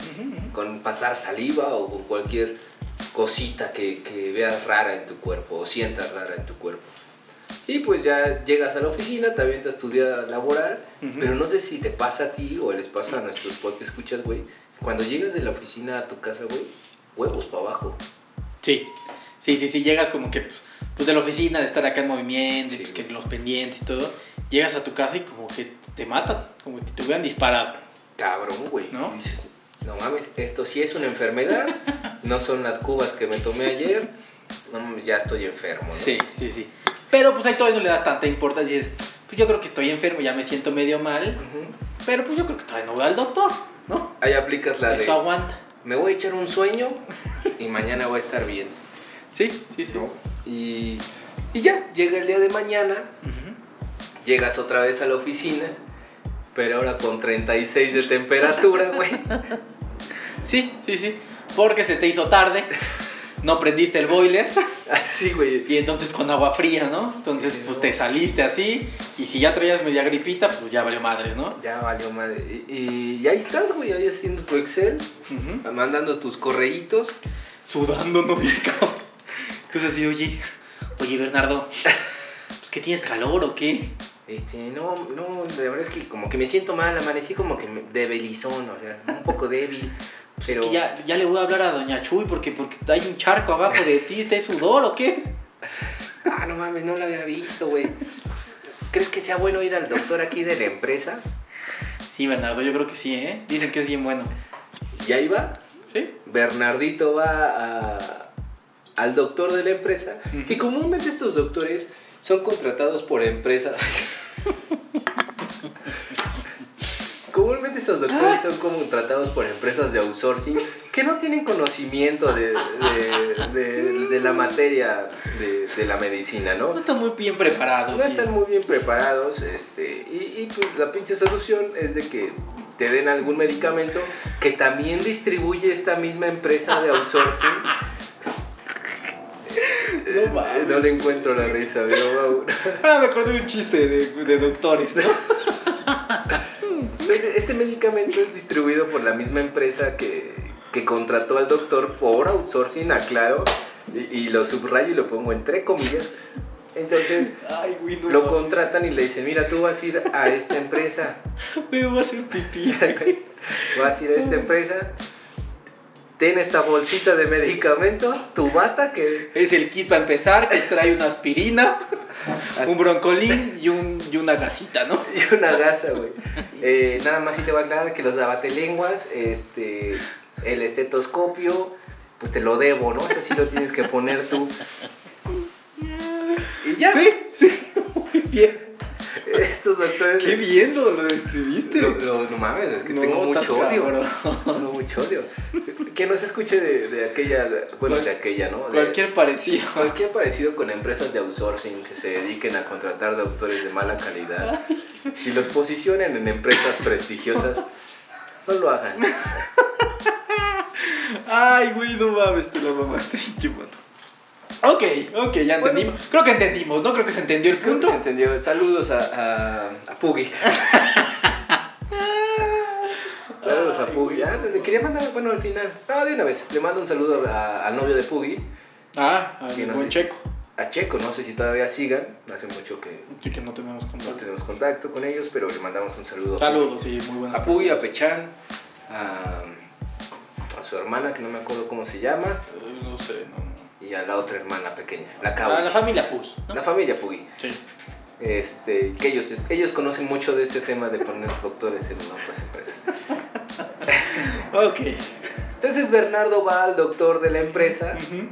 Speaker 3: con pasar saliva o con cualquier cosita que, que veas rara en tu cuerpo o sientas rara en tu cuerpo. Y pues ya llegas a la oficina, te avientas tu día laboral,
Speaker 4: Ujú.
Speaker 3: pero no sé si te pasa a ti o les pasa a nuestros pod que escuchas, güey. Cuando llegas de la oficina a tu casa, güey, huevos para abajo.
Speaker 4: Sí, sí, sí, sí, llegas como que, pues, pues, de la oficina, de estar acá en movimiento, y,
Speaker 3: Sí,
Speaker 4: pues, que
Speaker 3: güey.
Speaker 4: los pendientes y todo. Llegas a tu casa y como que te matan, como que te hubieran disparado.
Speaker 3: Cabrón, güey.
Speaker 4: ¿No?
Speaker 3: Y dices, no mames, esto sí es una enfermedad, no son las cubas que me tomé ayer, no mames, ya estoy enfermo, ¿no?
Speaker 4: Sí, sí, sí. Pero pues ahí todavía no le das tanta importancia. Dices, pues yo creo que estoy enfermo, ya me siento medio mal,
Speaker 3: Ujú.
Speaker 4: pero pues yo creo que todavía no voy al doctor, ¿no?
Speaker 3: Ahí aplicas la de
Speaker 4: Esto aguanta.
Speaker 3: me voy a echar un sueño y mañana voy a estar bien.
Speaker 4: Sí, sí, sí.
Speaker 3: ¿no? Y, y ya, llega el día de mañana,
Speaker 4: Ujú.
Speaker 3: llegas otra vez a la oficina, pero ahora con 36 de temperatura, güey.
Speaker 4: Sí, sí, sí. Porque se te hizo tarde, no prendiste el boiler
Speaker 3: Así, güey.
Speaker 4: y entonces con agua fría, ¿no? Entonces pues te saliste así y si ya traías media gripita, pues ya valió madres, ¿no?
Speaker 3: Ya valió madre. Y, y- y ahí estás, güey, ahí haciendo tu Excel,
Speaker 4: Ujú.
Speaker 3: mandando tus correitos.
Speaker 4: Sudando, no sé, cabrón. Entonces así, oye, oye Bernardo, pues que tienes calor o qué?
Speaker 3: Este, no, no, la verdad es que como que me siento mal, amanecí como que me- debilizón, o sea, un poco débil.
Speaker 4: Pues
Speaker 3: pero
Speaker 4: es que ya, ya le voy a hablar a Doña Chuy porque, porque hay un charco abajo de ti, ¿está sudor o qué?
Speaker 3: Ah, no mames, no lo había visto, güey. ¿Crees que sea bueno ir al doctor aquí de la empresa?
Speaker 4: Sí, Bernardo, yo creo que sí, ¿eh? Dicen que es bien bueno.
Speaker 3: Y ahí va.
Speaker 4: ¿Sí?
Speaker 3: Bernardito va a- al doctor de la empresa.
Speaker 4: Ujú.
Speaker 3: Que comúnmente estos doctores son contratados por empresas. comúnmente estos doctores son como contratados por empresas de outsourcing que no tienen conocimiento de, de- de- de la materia de, de la medicina, ¿no?
Speaker 4: No están muy bien preparados.
Speaker 3: No
Speaker 4: sí.
Speaker 3: están muy bien preparados, este, y, y, pues la pinche solución es de que te den algún medicamento que también distribuye esta misma empresa de outsourcing. Eh, No le encuentro la risa, pero wow.
Speaker 4: Ah, me acordé de un chiste de, de doctores, ¿no?
Speaker 3: Este este medicamento es distribuido por la misma empresa que, que contrató al doctor por outsourcing, aclaro, y, y lo subrayo y lo pongo entre comillas. Entonces
Speaker 4: Ay, güey, no.
Speaker 3: lo
Speaker 4: mames.
Speaker 3: contratan y le dicen, mira, tú vas a ir a esta empresa.
Speaker 4: Güey, voy a hacer pipí.
Speaker 3: Vas a ir a esta empresa, ten esta bolsita de medicamentos, tu bata que...
Speaker 4: Es el kit para empezar, que trae una aspirina, un broncolín y, un, y una gasita, ¿no?
Speaker 3: Y una gasa, güey. Eh, nada más si te va a aclarar que los abatelenguas, este, el estetoscopio, pues te lo debo, ¿no? Eso sí lo tienes que poner tú. Y ya.
Speaker 4: Sí, sí, muy bien.
Speaker 3: Estos doctores...
Speaker 4: Qué bien lo, lo describiste.
Speaker 3: No, no, no mames, es que
Speaker 4: No,
Speaker 3: tengo mucho
Speaker 4: tan
Speaker 3: odio,
Speaker 4: cabrón.
Speaker 3: Tengo mucho odio. Que no se escuche de, de aquella, bueno,
Speaker 4: Cual-
Speaker 3: de aquella, ¿no? De-
Speaker 4: Cualquier parecido.
Speaker 3: Cualquier parecido con empresas de outsourcing que se dediquen a contratar doctores de mala calidad y los posicionen en empresas prestigiosas, no lo hagan.
Speaker 4: Ay, güey, no mames, te la mamaste, pinche vato. Ok, ok, ya
Speaker 3: Bueno.
Speaker 4: entendimos. Creo que entendimos, ¿no? Creo que se entendió el
Speaker 3: Creo que se
Speaker 4: punto.
Speaker 3: entendió. Saludos a, a, a Puggy. Saludos a Puggy. Ah, le quería mandar, bueno, al final. No, de una vez. Le mando un saludo a- al novio de Puggy,
Speaker 4: Ah, a
Speaker 3: Que
Speaker 4: mi
Speaker 3: nos
Speaker 4: buen
Speaker 3: dice-
Speaker 4: checo.
Speaker 3: a Checo. No sé si todavía sigan. Hace mucho que
Speaker 4: Sí, que no tenemos como.
Speaker 3: no tenemos contacto con ellos, pero le mandamos un saludo. a Puggy.
Speaker 4: Saludos, sí, muy buenas.
Speaker 3: a Puy, a Pechan, a, a su hermana, que no me acuerdo cómo se llama,
Speaker 4: Eh, No sé, no. no.
Speaker 3: y a la otra hermana pequeña, la Cauch.
Speaker 4: A la familia Puy, ¿no?
Speaker 3: La familia Puy.
Speaker 4: Sí.
Speaker 3: Este, que ellos, ellos conocen mucho de este tema de poner doctores en otras empresas.
Speaker 4: Ok.
Speaker 3: Entonces Bernardo va al doctor de la empresa
Speaker 4: Ujú.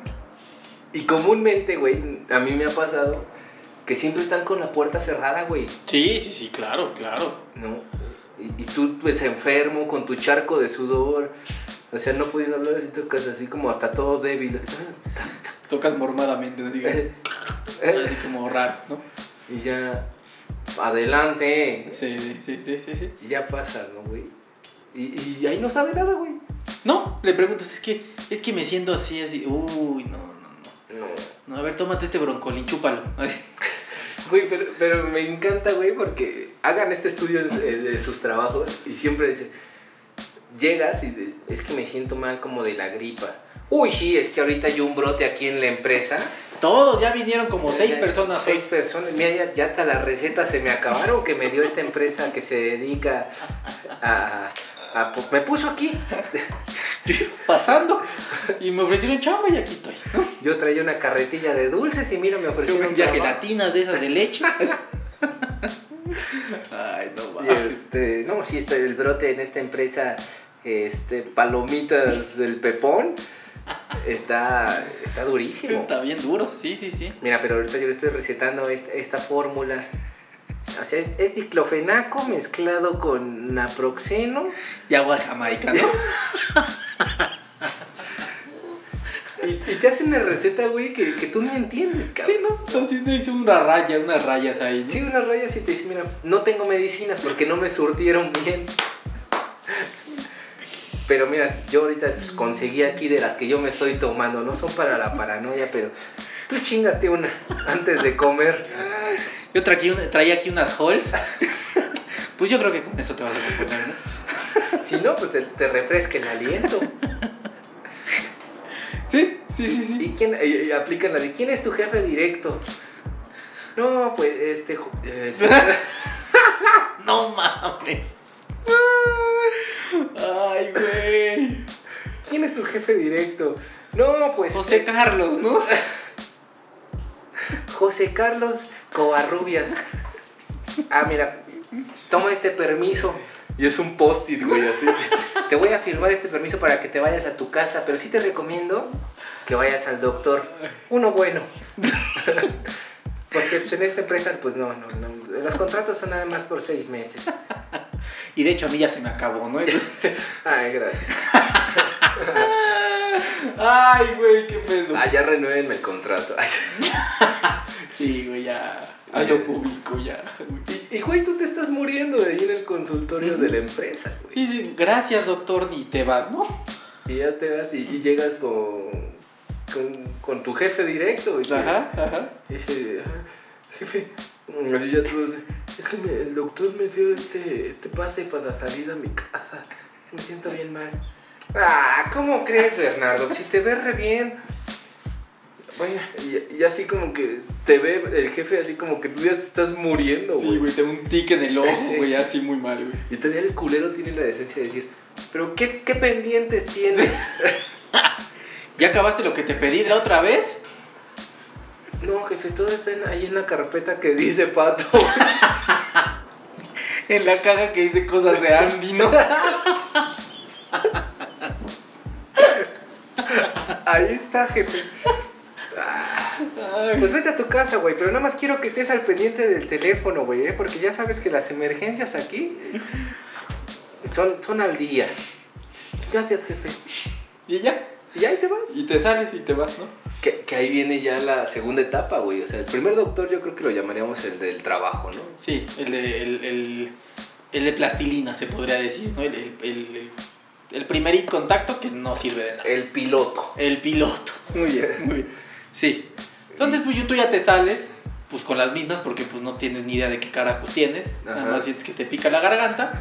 Speaker 3: y comúnmente, güey, a mí me ha pasado que siempre están con la puerta cerrada, güey,
Speaker 4: Sí, sí, sí, claro, claro.
Speaker 3: ¿no? Y, y tú, pues, enfermo, con tu charco de sudor, o sea, no pudiendo hablar, así tocas así como hasta todo débil, así,
Speaker 4: Tocas mormadamente, no digas. Así como raro, ¿no?
Speaker 3: Y ya, adelante.
Speaker 4: Sí, sí, sí, sí, sí, sí.
Speaker 3: Y ya pasa, ¿no, güey? Y, y ahí no sabe nada, güey.
Speaker 4: No, le preguntas, es que, es que me siento así, así. Uy, no, no, no.
Speaker 3: No.
Speaker 4: No, a ver, tómate este broncolín, chúpalo.
Speaker 3: Güey, pero, pero me encanta, güey, porque hagan este estudio en su- eh, de sus trabajos y siempre dice, llegas y dices, es que me siento mal como de la gripa. Uy, sí, es que ahorita hay un brote aquí en la empresa.
Speaker 4: Todos ya vinieron como seis
Speaker 3: Ya-
Speaker 4: personas ¿eh? hoy.
Speaker 3: Seis personas. Mira, ya, ya hasta las recetas se me acabaron que me dio esta empresa que se dedica a- a pu- me puso aquí.
Speaker 4: Yo iba pasando y me ofrecieron chamba y aquí estoy. ¿no?
Speaker 3: Yo traía una carretilla de dulces y mira, me
Speaker 4: Yo
Speaker 3: ofrecieron
Speaker 4: vendía
Speaker 3: trabajo.
Speaker 4: gelatinas de esas de leche. Ay, no
Speaker 3: Y este, no, sí, está el brote en esta empresa, este, palomitas del pepón, está, está durísimo.
Speaker 4: Está bien duro, sí, sí, sí.
Speaker 3: Mira, pero ahorita yo le estoy recetando esta, esta fórmula. O sea, es, es diclofenaco mezclado con naproxeno
Speaker 4: Y agua jamaica, ¿no?
Speaker 3: y, y te hacen una receta, güey, que, que tú no entiendes,
Speaker 4: Sí,
Speaker 3: cabrón.
Speaker 4: ¿no? Entonces me hice una raya, unas rayas ahí. ¿no?
Speaker 3: Sí, unas rayas y te dicen, mira, no tengo medicinas porque no me surtieron bien. Pero mira, yo ahorita pues, conseguí aquí de las que yo me estoy tomando, no son para la paranoia, pero tú chingate una antes de comer.
Speaker 4: Yo traquí una- traía aquí unas halls. Pues yo creo que con eso te vas a componer, ¿no?
Speaker 3: Si no, pues te refresca el aliento.
Speaker 4: Sí, sí, sí, sí.
Speaker 3: ¿Y quién? y- y aplican la de, ¿quién es tu jefe directo? No, pues este... ju- eh, sí.
Speaker 4: No mames. Ay, güey.
Speaker 3: ¿Quién es tu jefe directo? No, pues...
Speaker 4: José
Speaker 3: eh,
Speaker 4: Carlos, ¿no?
Speaker 3: José Carlos Covarrubias. Ah, mira, toma este permiso. Y es un post-it, güey, así. Te voy a firmar este permiso para que te vayas a tu casa, pero sí te recomiendo que vayas al doctor. Uno bueno. Porque pues, en esta empresa, pues no, no, no. Los contratos son nada más por seis meses.
Speaker 4: Y de hecho a mí ya se me acabó, ¿no? Entonces-
Speaker 3: Ay, gracias.
Speaker 4: Ay, güey, qué pedo.
Speaker 3: Ah, ya renuévenme el contrato. Ay.
Speaker 4: Sí, güey, ya. Hazlo público, ya. güey.
Speaker 3: Y, y, güey, tú te estás muriendo de ahí en el consultorio de la empresa, güey.
Speaker 4: Y dice, gracias, doctor, y te vas, ¿no?
Speaker 3: Y ya te vas y, y llegas con, con, con tu jefe directo. Y,
Speaker 4: Pues, Ajá, ajá.
Speaker 3: y dice, "Ah, jefe, así ya todos, es que me- el doctor me dio este, este pase para salir a mi casa. Me siento bien mal. Ah, ¿cómo crees, Bernardo? Si te ves re bien. Bueno, y, y así como que te ve el jefe así como que tú ya te estás muriendo,
Speaker 4: Sí, güey, tengo un tic en el ojo,
Speaker 3: Sí.
Speaker 4: güey, así muy mal, güey.
Speaker 3: y todavía el culero tiene la decencia de decir, pero ¿qué, qué pendientes tienes?
Speaker 4: ¿Ya acabaste lo que te pedí la otra vez?
Speaker 3: No, jefe, todo está en- ahí en la carpeta que dice pato.
Speaker 4: En la caja que dice cosas de Andy, ¿no?
Speaker 3: ahí está, jefe.
Speaker 4: Ay,
Speaker 3: Pues vete a tu casa, güey, pero nada más quiero que estés al pendiente del teléfono, güey, ¿eh? porque ya sabes que las emergencias aquí son, son al día. Gracias, jefe.
Speaker 4: Y ya.
Speaker 3: Y ahí te vas.
Speaker 4: Y te sales y te vas, ¿no?
Speaker 3: Que, que ahí viene ya la segunda etapa, güey. O sea, el primer doctor yo creo que lo llamaríamos el del trabajo, ¿no?
Speaker 4: Sí, el de, el, el- el de plastilina se podría decir, ¿no? El, el, el- el primer contacto que no sirve de nada.
Speaker 3: El piloto.
Speaker 4: El piloto.
Speaker 3: Muy bien.
Speaker 4: Muy bien. Sí. Entonces, pues yo- tú ya te sales, pues con las mismas, porque pues no tienes ni idea de qué carajo tienes. Nada
Speaker 3: Ajá.
Speaker 4: más sientes que te pica la garganta.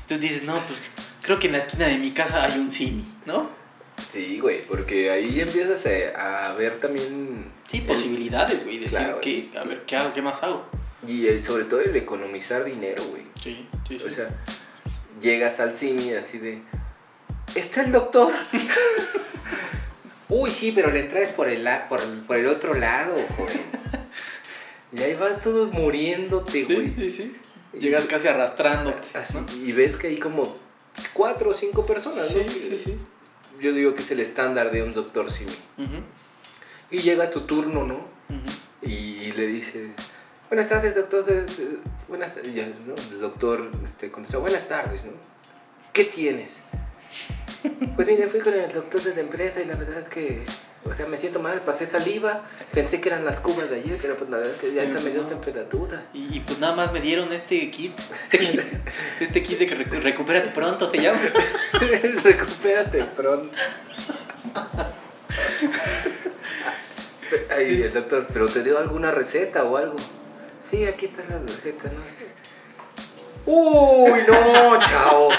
Speaker 4: Entonces dices, no, pues creo que en la esquina de mi casa hay un simi, ¿no?
Speaker 3: Sí, güey, porque ahí ya empiezas eh, a ver también...
Speaker 4: Sí,
Speaker 3: el-
Speaker 4: posibilidades, güey. Decir,
Speaker 3: Claro.
Speaker 4: que, a ver, ¿qué hago? ¿Qué más hago?
Speaker 3: Y el, sobre todo el economizar dinero, güey.
Speaker 4: Sí, sí, sí.
Speaker 3: O sea, llegas al cine así de. Está el doctor. Uy, sí, pero le entras por el, la- por, por el otro lado, joven. Y ahí vas todo muriéndote, güey.
Speaker 4: sí, sí, sí. Llegas casi arrastrándote.
Speaker 3: Así,
Speaker 4: ¿no?
Speaker 3: Y ves que hay como cuatro o cinco personas,
Speaker 4: Sí,
Speaker 3: ¿no?
Speaker 4: sí, sí.
Speaker 3: Yo digo que es el estándar de un doctor cine.
Speaker 4: Ujú,
Speaker 3: Y llega tu turno, ¿no?
Speaker 4: ujú.
Speaker 3: Y le dice, buenas tardes, doctor. de- de- buenas tardes. Ya, ¿no? El doctor este, contestó, buenas tardes, ¿no? ¿Qué tienes? Pues mira, fui con el doctor de la empresa y la verdad es que, o sea, me siento mal, pasé saliva, pensé que eran las cubas de ayer, pero pues la verdad es que ya está medio temperatura.
Speaker 4: Y, y, pues nada más me dieron este kit. este kit de que recu- recupérate pronto se llama.
Speaker 3: Recupérate pronto. Ay, el doctor, pero te dio alguna receta o algo. Sí, aquí está la receta, ¿no? Uy, no, chao.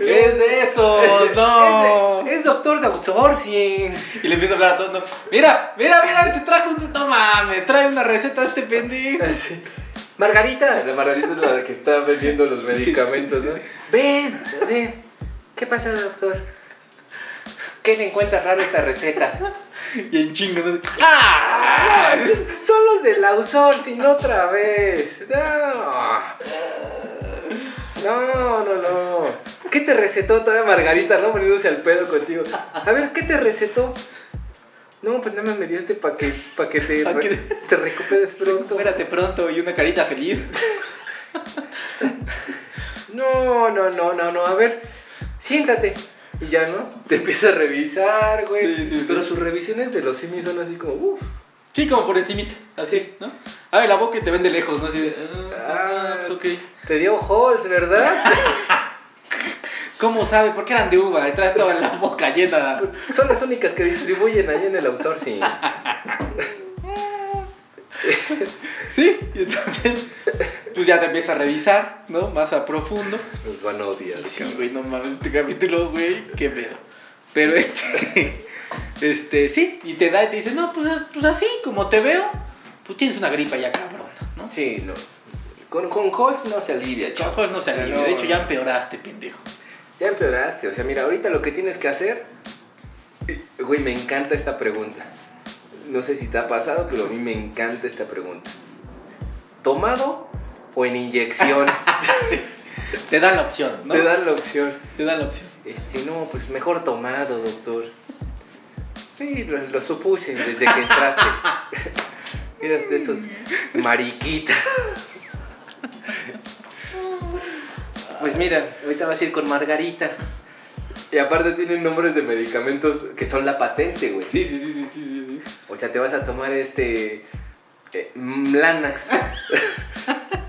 Speaker 4: ¡Es de esos! ¡No!
Speaker 3: Es, es doctor de outsourcing.
Speaker 4: Y le empiezo a hablar a todos. no, Mira, mira, mira, te trajo un. No mames, trae una receta a este pendejo.
Speaker 3: Ah, Margarita. La Margarita es la que está vendiendo los medicamentos, ¿no? Ven, ven. ¿Qué pasa, doctor? ¿Qué le encuentra raro esta receta?
Speaker 4: Y en chingo. ¿no? ¡Ah!
Speaker 3: Son los del outsourcing otra vez. No. No, no, no. ¿Qué te recetó todavía Margarita, no? Poniéndose al pedo contigo. A ver, ¿qué te recetó? No, pues nada más me dio este para que, pa que te,
Speaker 4: Pa' que-
Speaker 3: te recuperes pronto.
Speaker 4: Recupérate pronto y una carita feliz.
Speaker 3: No, no, no, no, no. A ver, siéntate. Y ya, ¿no? Te empieza a revisar, güey.
Speaker 4: Sí, sí, sí.
Speaker 3: Pero sus revisiones de los simis son así como, uff.
Speaker 4: Sí, como por encimita, así,
Speaker 3: Sí.
Speaker 4: ¿no? A ver, la boca y te ven de lejos, ¿no? Así de. Ah,
Speaker 3: Ah.
Speaker 4: pues ok.
Speaker 3: Te dio halls, ¿verdad?
Speaker 4: ¿Cómo sabe? ¿Por qué eran de uva? Y traes toda la boca llena.
Speaker 3: Son las únicas que distribuyen ahí en el outsourcing.
Speaker 4: Sí, y entonces, pues ya te empiezas a revisar, ¿no? Más a profundo.
Speaker 3: Nos van a odiar,
Speaker 4: Sí, güey, no mames, este capítulo, güey, qué pedo. Pero este, este, sí, y te da y te dice, no, pues, pues así, como te veo, pues tienes una gripa ya cabrona, ¿no?
Speaker 3: Sí, no. Con, con halls no se alivia, chavo.
Speaker 4: Chavos, no se
Speaker 3: O sea,
Speaker 4: alivia,
Speaker 3: no,
Speaker 4: de hecho ya
Speaker 3: no.
Speaker 4: empeoraste, pendejo.
Speaker 3: Ya empeoraste. O sea, mira, ahorita lo que tienes que hacer. Eh, Güey, me encanta esta pregunta. No sé si te ha pasado, pero a mí me encanta esta pregunta. ¿Tomado o en inyección?
Speaker 4: Te dan la opción, ¿no?
Speaker 3: Te dan la opción.
Speaker 4: Te dan la opción.
Speaker 3: Este, no, pues mejor tomado, doctor. Sí, lo, lo supuse desde que entraste. Eras de esos mariquitas. Pues mira, ahorita vas a ir con Margarita. Y aparte tienen nombres de medicamentos que son la patente, güey.
Speaker 4: Sí, sí, sí, sí, sí, sí. sí.
Speaker 3: O sea, te vas a tomar este. eh, Lanax.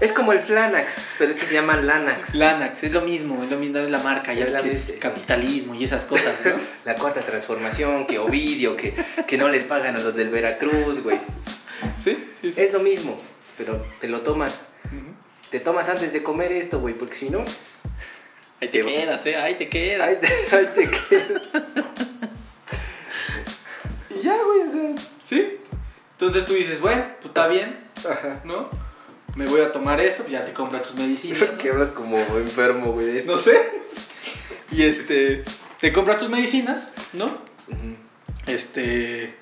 Speaker 3: es como el Flanax, pero este se llama Lanax.
Speaker 4: Lanax, es lo mismo, es lo mismo, es la marca, ya
Speaker 3: Es
Speaker 4: ves
Speaker 3: la
Speaker 4: que
Speaker 3: misma, sí.
Speaker 4: capitalismo y esas cosas, ¿no?
Speaker 3: La cuarta transformación, que Ovidio, que, que no les pagan a los del Veracruz, güey.
Speaker 4: Sí, sí, sí.
Speaker 3: Es lo mismo, pero te lo tomas. Te tomas antes de comer esto, güey, porque si no,
Speaker 4: Ahí te
Speaker 3: Te-
Speaker 4: quedas, ¿eh? Ahí te quedas.
Speaker 3: ahí te, ahí te quedas. Y ya, güey, o sea.
Speaker 4: ¿Sí? Entonces tú dices, bueno, pues está bien, ¿no? Me voy a tomar esto, pues ya te compras tus medicinas. ¿no?
Speaker 3: Que hablas como enfermo, güey.
Speaker 4: No sé. Y este. Te compras tus medicinas, ¿no?
Speaker 3: Ujú.
Speaker 4: Este.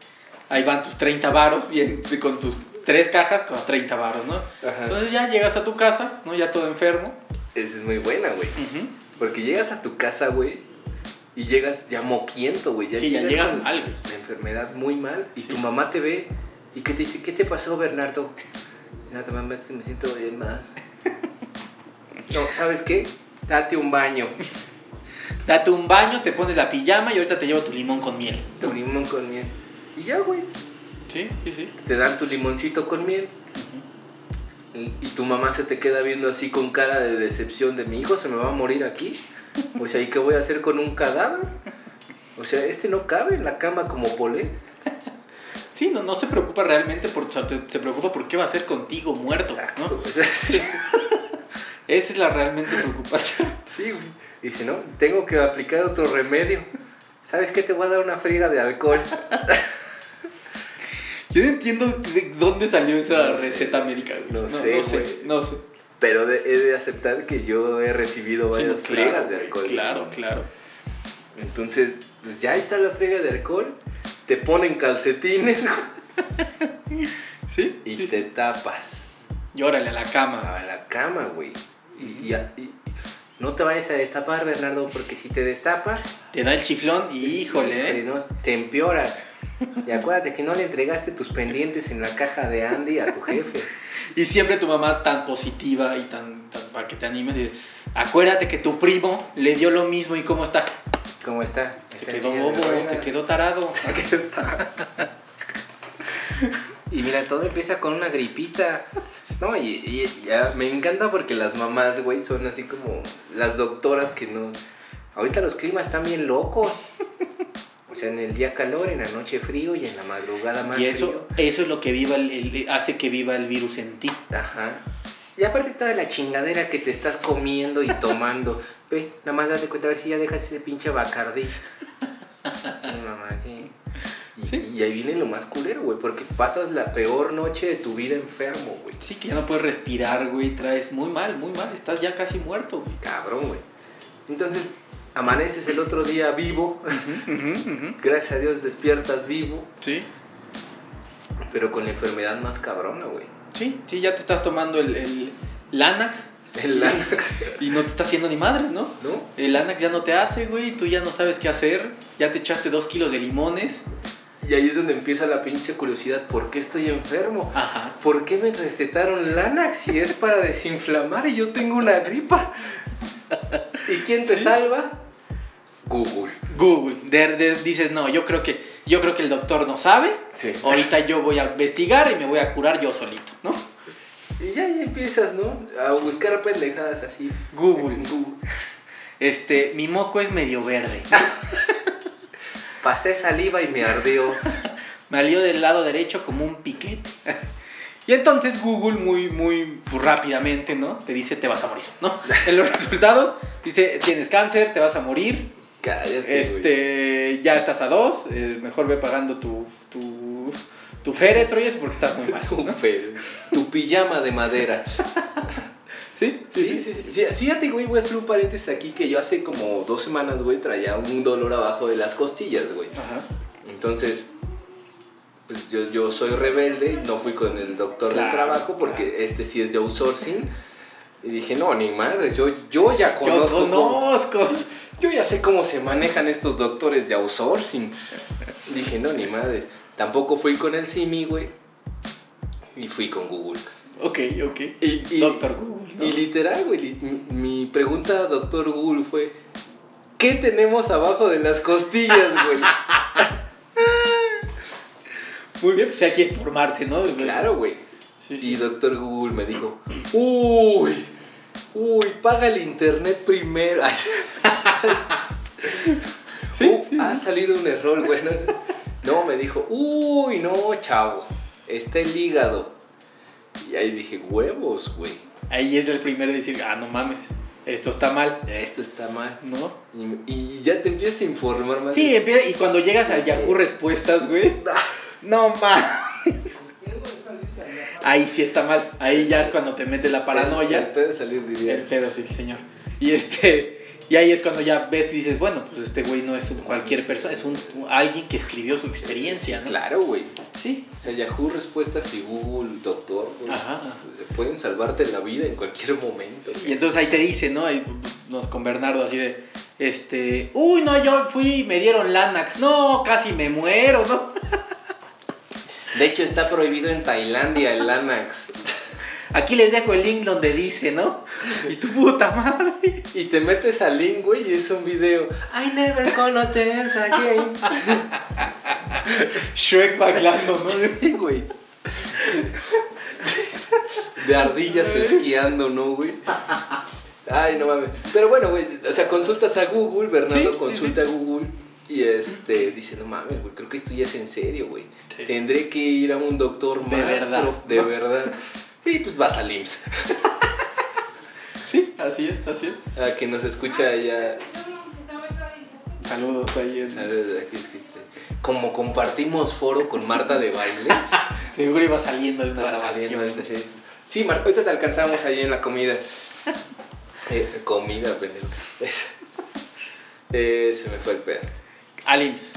Speaker 4: Ahí van tus 30 varos, bien, con tus tres cajas, con 30 varos, ¿no?
Speaker 3: Ajá.
Speaker 4: Entonces ya llegas a tu casa, ¿no? Ya todo enfermo.
Speaker 3: Esa es muy buena, güey.
Speaker 4: Ujú.
Speaker 3: Porque llegas a tu casa, güey, y llegas ya moquiento, güey.
Speaker 4: Sí, ya llegas mal, güey.
Speaker 3: La enfermedad muy mal. Y tu mamá te ve y que te dice, ¿qué te pasó, Bernardo? Nada, mamá, es que me siento bien mal. No, ¿sabes qué? Date un baño.
Speaker 4: Date un baño, te pones la pijama y ahorita te llevo tu limón con miel.
Speaker 3: Tu limón con miel. Y ya, güey.
Speaker 4: Sí, sí, sí.
Speaker 3: Te dan tu limoncito con miel. Y, y tu mamá se te queda viendo así con cara de decepción de mi hijo se me va a morir aquí. O sea, ¿y qué voy a hacer con un cadáver? O sea, este no cabe en la cama como polé.
Speaker 4: Sí, no, no se preocupa realmente, por, o sea, te- se preocupa por qué va a ser contigo muerto,
Speaker 3: Exacto.
Speaker 4: ¿no?
Speaker 3: pues, sí,
Speaker 4: Esa es la realmente preocupación.
Speaker 3: sí, güey. Dice, no, tengo que aplicar otro remedio. ¿Sabes qué? Te voy a dar una friega de alcohol.
Speaker 4: Yo no entiendo de dónde salió esa
Speaker 3: No sé.
Speaker 4: receta médica. güey.
Speaker 3: No sé,
Speaker 4: no sé,
Speaker 3: güey.
Speaker 4: no sé.
Speaker 3: Pero de- he de aceptar que yo he recibido
Speaker 4: Sí, no,
Speaker 3: varias
Speaker 4: claro,
Speaker 3: friegas de
Speaker 4: güey,
Speaker 3: alcohol.
Speaker 4: Claro, claro.
Speaker 3: Entonces, pues ya está la friega de alcohol. Te ponen calcetines güey,
Speaker 4: ¿Sí?
Speaker 3: y te tapas.
Speaker 4: Y órale a la cama.
Speaker 3: a la cama, güey. Y, y- y- no te vayas a destapar, Bernardo, porque si te destapas,
Speaker 4: Te da el chiflón y híjole,
Speaker 3: híjole,
Speaker 4: ¿eh?
Speaker 3: no, te empeoras. Y acuérdate que no le entregaste tus pendientes en la caja de Andy a tu jefe.
Speaker 4: Y siempre tu mamá tan positiva y tan, tan- para que te animes. y dice, acuérdate que tu primo le dio lo mismo y cómo está.
Speaker 3: ¿Cómo está?
Speaker 4: Se
Speaker 3: Está en
Speaker 4: quedó
Speaker 3: silla de
Speaker 4: bobo,
Speaker 3: ruedas.
Speaker 4: se quedó tarado.
Speaker 3: Y mira, todo empieza con una gripita. No, y, y- ya me encanta porque las mamás, güey, son así como las doctoras que no. Ahorita los climas están bien locos. O sea, en el día calor, en la noche frío y en la madrugada más
Speaker 4: Y eso,
Speaker 3: frío.
Speaker 4: eso es lo que viva el- el- hace que viva el virus en ti.
Speaker 3: Ajá. Y aparte toda la chingadera que te estás comiendo y tomando. Ve, nada más date cuenta a ver si ya dejas ese pinche bacardí. Sí, mamá, sí. Y,
Speaker 4: Sí.
Speaker 3: y ahí viene lo más culero, güey, porque pasas la peor noche de tu vida enfermo, güey.
Speaker 4: Sí, que ya no puedes respirar, güey. Traes muy mal, muy mal. Estás ya casi muerto, güey.
Speaker 3: Cabrón, güey. Entonces, amaneces el otro día vivo. Gracias a Dios despiertas vivo,
Speaker 4: Sí.
Speaker 3: pero con la enfermedad más cabrona, güey.
Speaker 4: Sí, sí, ya te estás tomando el, el Lanax
Speaker 3: El Lanax,
Speaker 4: y no te está haciendo ni madres, ¿no?
Speaker 3: ¿no?
Speaker 4: El Lanax ya no te hace, güey. Tú ya no sabes qué hacer. Ya te echaste dos kilos de limones.
Speaker 3: Y ahí es donde empieza la pinche curiosidad, ¿por qué estoy enfermo?
Speaker 4: Ajá.
Speaker 3: ¿Por qué me recetaron Lanax si es para desinflamar y yo tengo una gripa? ¿Y quién te salva? Google.
Speaker 4: Google. De- de- dices, no, yo creo que yo creo que el doctor no sabe.
Speaker 3: Sí.
Speaker 4: Ahorita yo voy a investigar y me voy a curar yo solito, ¿no?
Speaker 3: Y ya ahí empiezas, ¿no? A buscar pendejadas así.
Speaker 4: Google.
Speaker 3: Google.
Speaker 4: Este, mi moco es medio verde.
Speaker 3: Pasé saliva y me ardeó.
Speaker 4: Me alió del lado derecho como un piquete. Y entonces Google muy, muy pues, rápidamente, ¿no? Te dice, te vas a morir, ¿no? En los resultados dice, tienes cáncer, te vas a morir,
Speaker 3: Cállate, güey.
Speaker 4: este, ya estás a dos, eh, mejor ve pagando tu, tu, tu féretro y eso porque estás muy mal,
Speaker 3: Tu
Speaker 4: ¿no?
Speaker 3: fe- Tu pijama de madera.
Speaker 4: ¿Sí?
Speaker 3: Sí, sí, sí. Fí- Fíjate, güey, voy a hacer un paréntesis aquí que yo hace como dos semanas, güey, traía un dolor abajo de las costillas, güey.
Speaker 4: Ajá.
Speaker 3: Entonces, pues yo, yo soy rebelde, no fui con el doctor
Speaker 4: Claro,
Speaker 3: del trabajo porque
Speaker 4: claro.
Speaker 3: este sí es de outsourcing. Y dije, no, ni madre, yo, yo ya
Speaker 4: Yo
Speaker 3: conozco. cómo-
Speaker 4: conozco.
Speaker 3: yo ya sé cómo se manejan estos doctores de outsourcing. Dije, no, ni madre. Tampoco fui con el CIMI, güey. Y fui con Google.
Speaker 4: Ok, ok.
Speaker 3: Y, y-
Speaker 4: Doctor Google, ¿no?
Speaker 3: Y literal, güey, li- mi- mi pregunta a Doctor Google fue, ¿qué tenemos abajo de las costillas, güey?
Speaker 4: Muy bien, pues hay que informarse, ¿no?
Speaker 3: Claro, güey.
Speaker 4: Sí, sí.
Speaker 3: Y doctor Google me dijo, uy, uy, paga el internet primero. Ay,
Speaker 4: Sí,
Speaker 3: uf,
Speaker 4: sí,
Speaker 3: ha salido un error, güey. No, me dijo, uy, no, chavo, está el hígado. Y ahí dije, huevos, güey,
Speaker 4: Ahí es el primero a decir, ah, no mames, esto está mal,
Speaker 3: esto está mal.
Speaker 4: ¿no?
Speaker 3: Y, y ya te empiezas a informar más.
Speaker 4: Sí, empieza- y cuando llegas al Yahoo Respuestas, güey. Eh. No mames. Ahí sí está mal. Ahí ya es cuando te mete la
Speaker 3: El- el
Speaker 4: paranoia. Eh,
Speaker 3: pedo de salir, diría.
Speaker 4: El pedo, sí, el señor. Y este. Y ahí es cuando ya ves y dices, bueno, pues este güey no es un cualquier persona, es un, un- alguien que escribió su experiencia, ¿no?
Speaker 3: Claro, güey.
Speaker 4: Sí.
Speaker 3: O sea, Yahoo Respuestas y Google Doctor, güey,
Speaker 4: Ajá.
Speaker 3: pueden salvarte la vida en cualquier momento.
Speaker 4: Y entonces ahí te dice, ¿no? Ahí nos con Bernardo así de, este, uy, no, yo fui, me dieron Lanax, no, casi me muero, ¿no?
Speaker 3: De hecho, está prohibido en Tailandia el Lanax.
Speaker 4: Aquí les dejo el link donde dice, ¿no? Y tu puta madre.
Speaker 3: Y te metes al link, güey, y es un video. I never gonna dance again.
Speaker 4: Shrek bailando, ¿no?
Speaker 3: Sí, güey. De ardillas esquiando, ¿no, güey? Ay, no mames. Pero bueno, güey, o sea, consultas a Google, Bernardo
Speaker 4: Sí,
Speaker 3: consulta a Google y este dice, no mames, güey, creo que esto ya es en serio, güey.
Speaker 4: Sí.
Speaker 3: Tendré que ir a un doctor
Speaker 4: De
Speaker 3: más
Speaker 4: verdad.
Speaker 3: prof- de verdad. Y pues vas al IMSS,
Speaker 4: Sí, así es, así es.
Speaker 3: a que nos escucha ya.
Speaker 4: Saludos ahí. es-
Speaker 3: ¿sabes? Aquí es que este, Como compartimos foro con Marta de baile.
Speaker 4: Seguro iba saliendo de una
Speaker 3: Vas saliendo,
Speaker 4: grabación.
Speaker 3: este, sí. Sí, Marco, ahorita te alcanzamos ahí en la comida. Eh, comida, pendejo. Eh, se me fue el pedo.
Speaker 4: Al IMSS.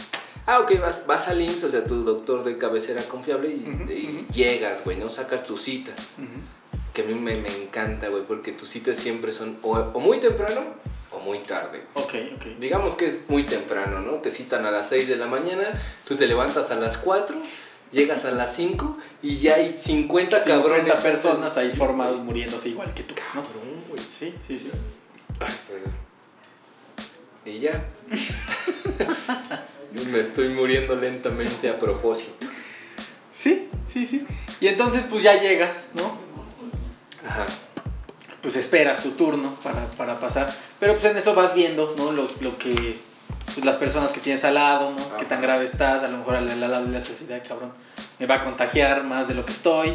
Speaker 3: Ah, ok, vas, vas al IMSS, o sea, tu doctor de cabecera confiable y,
Speaker 4: Ujú,
Speaker 3: y llegas, güey, no sacas tu cita. Que a mí me, me encanta, güey, porque tus citas siempre son o, o muy temprano o muy tarde.
Speaker 4: Ok, ok.
Speaker 3: Digamos que es muy temprano, ¿no? Te citan a las 6 de la mañana, tú te levantas a las 4, llegas a las 5 y ya hay 50,
Speaker 4: 50
Speaker 3: cabrones.
Speaker 4: personas ahí
Speaker 3: Sí,
Speaker 4: formados muriéndose igual que tú, ¿no?
Speaker 3: Cabrón, güey.
Speaker 4: Sí, sí, sí.
Speaker 3: Ay, perdón. Y ya. Yo me estoy muriendo lentamente a propósito.
Speaker 4: Sí, sí, sí. Y entonces pues ya llegas, ¿no?
Speaker 3: Ajá.
Speaker 4: pues esperas tu turno para, para pasar. Pero pues en eso vas viendo, ¿no? Lo, lo que. pues, las personas que tienes al lado, ¿no? Qué tan
Speaker 3: Ajá.
Speaker 4: grave estás. A lo mejor al, al lado de la sociedad, cabrón. Me va a contagiar más de lo que estoy.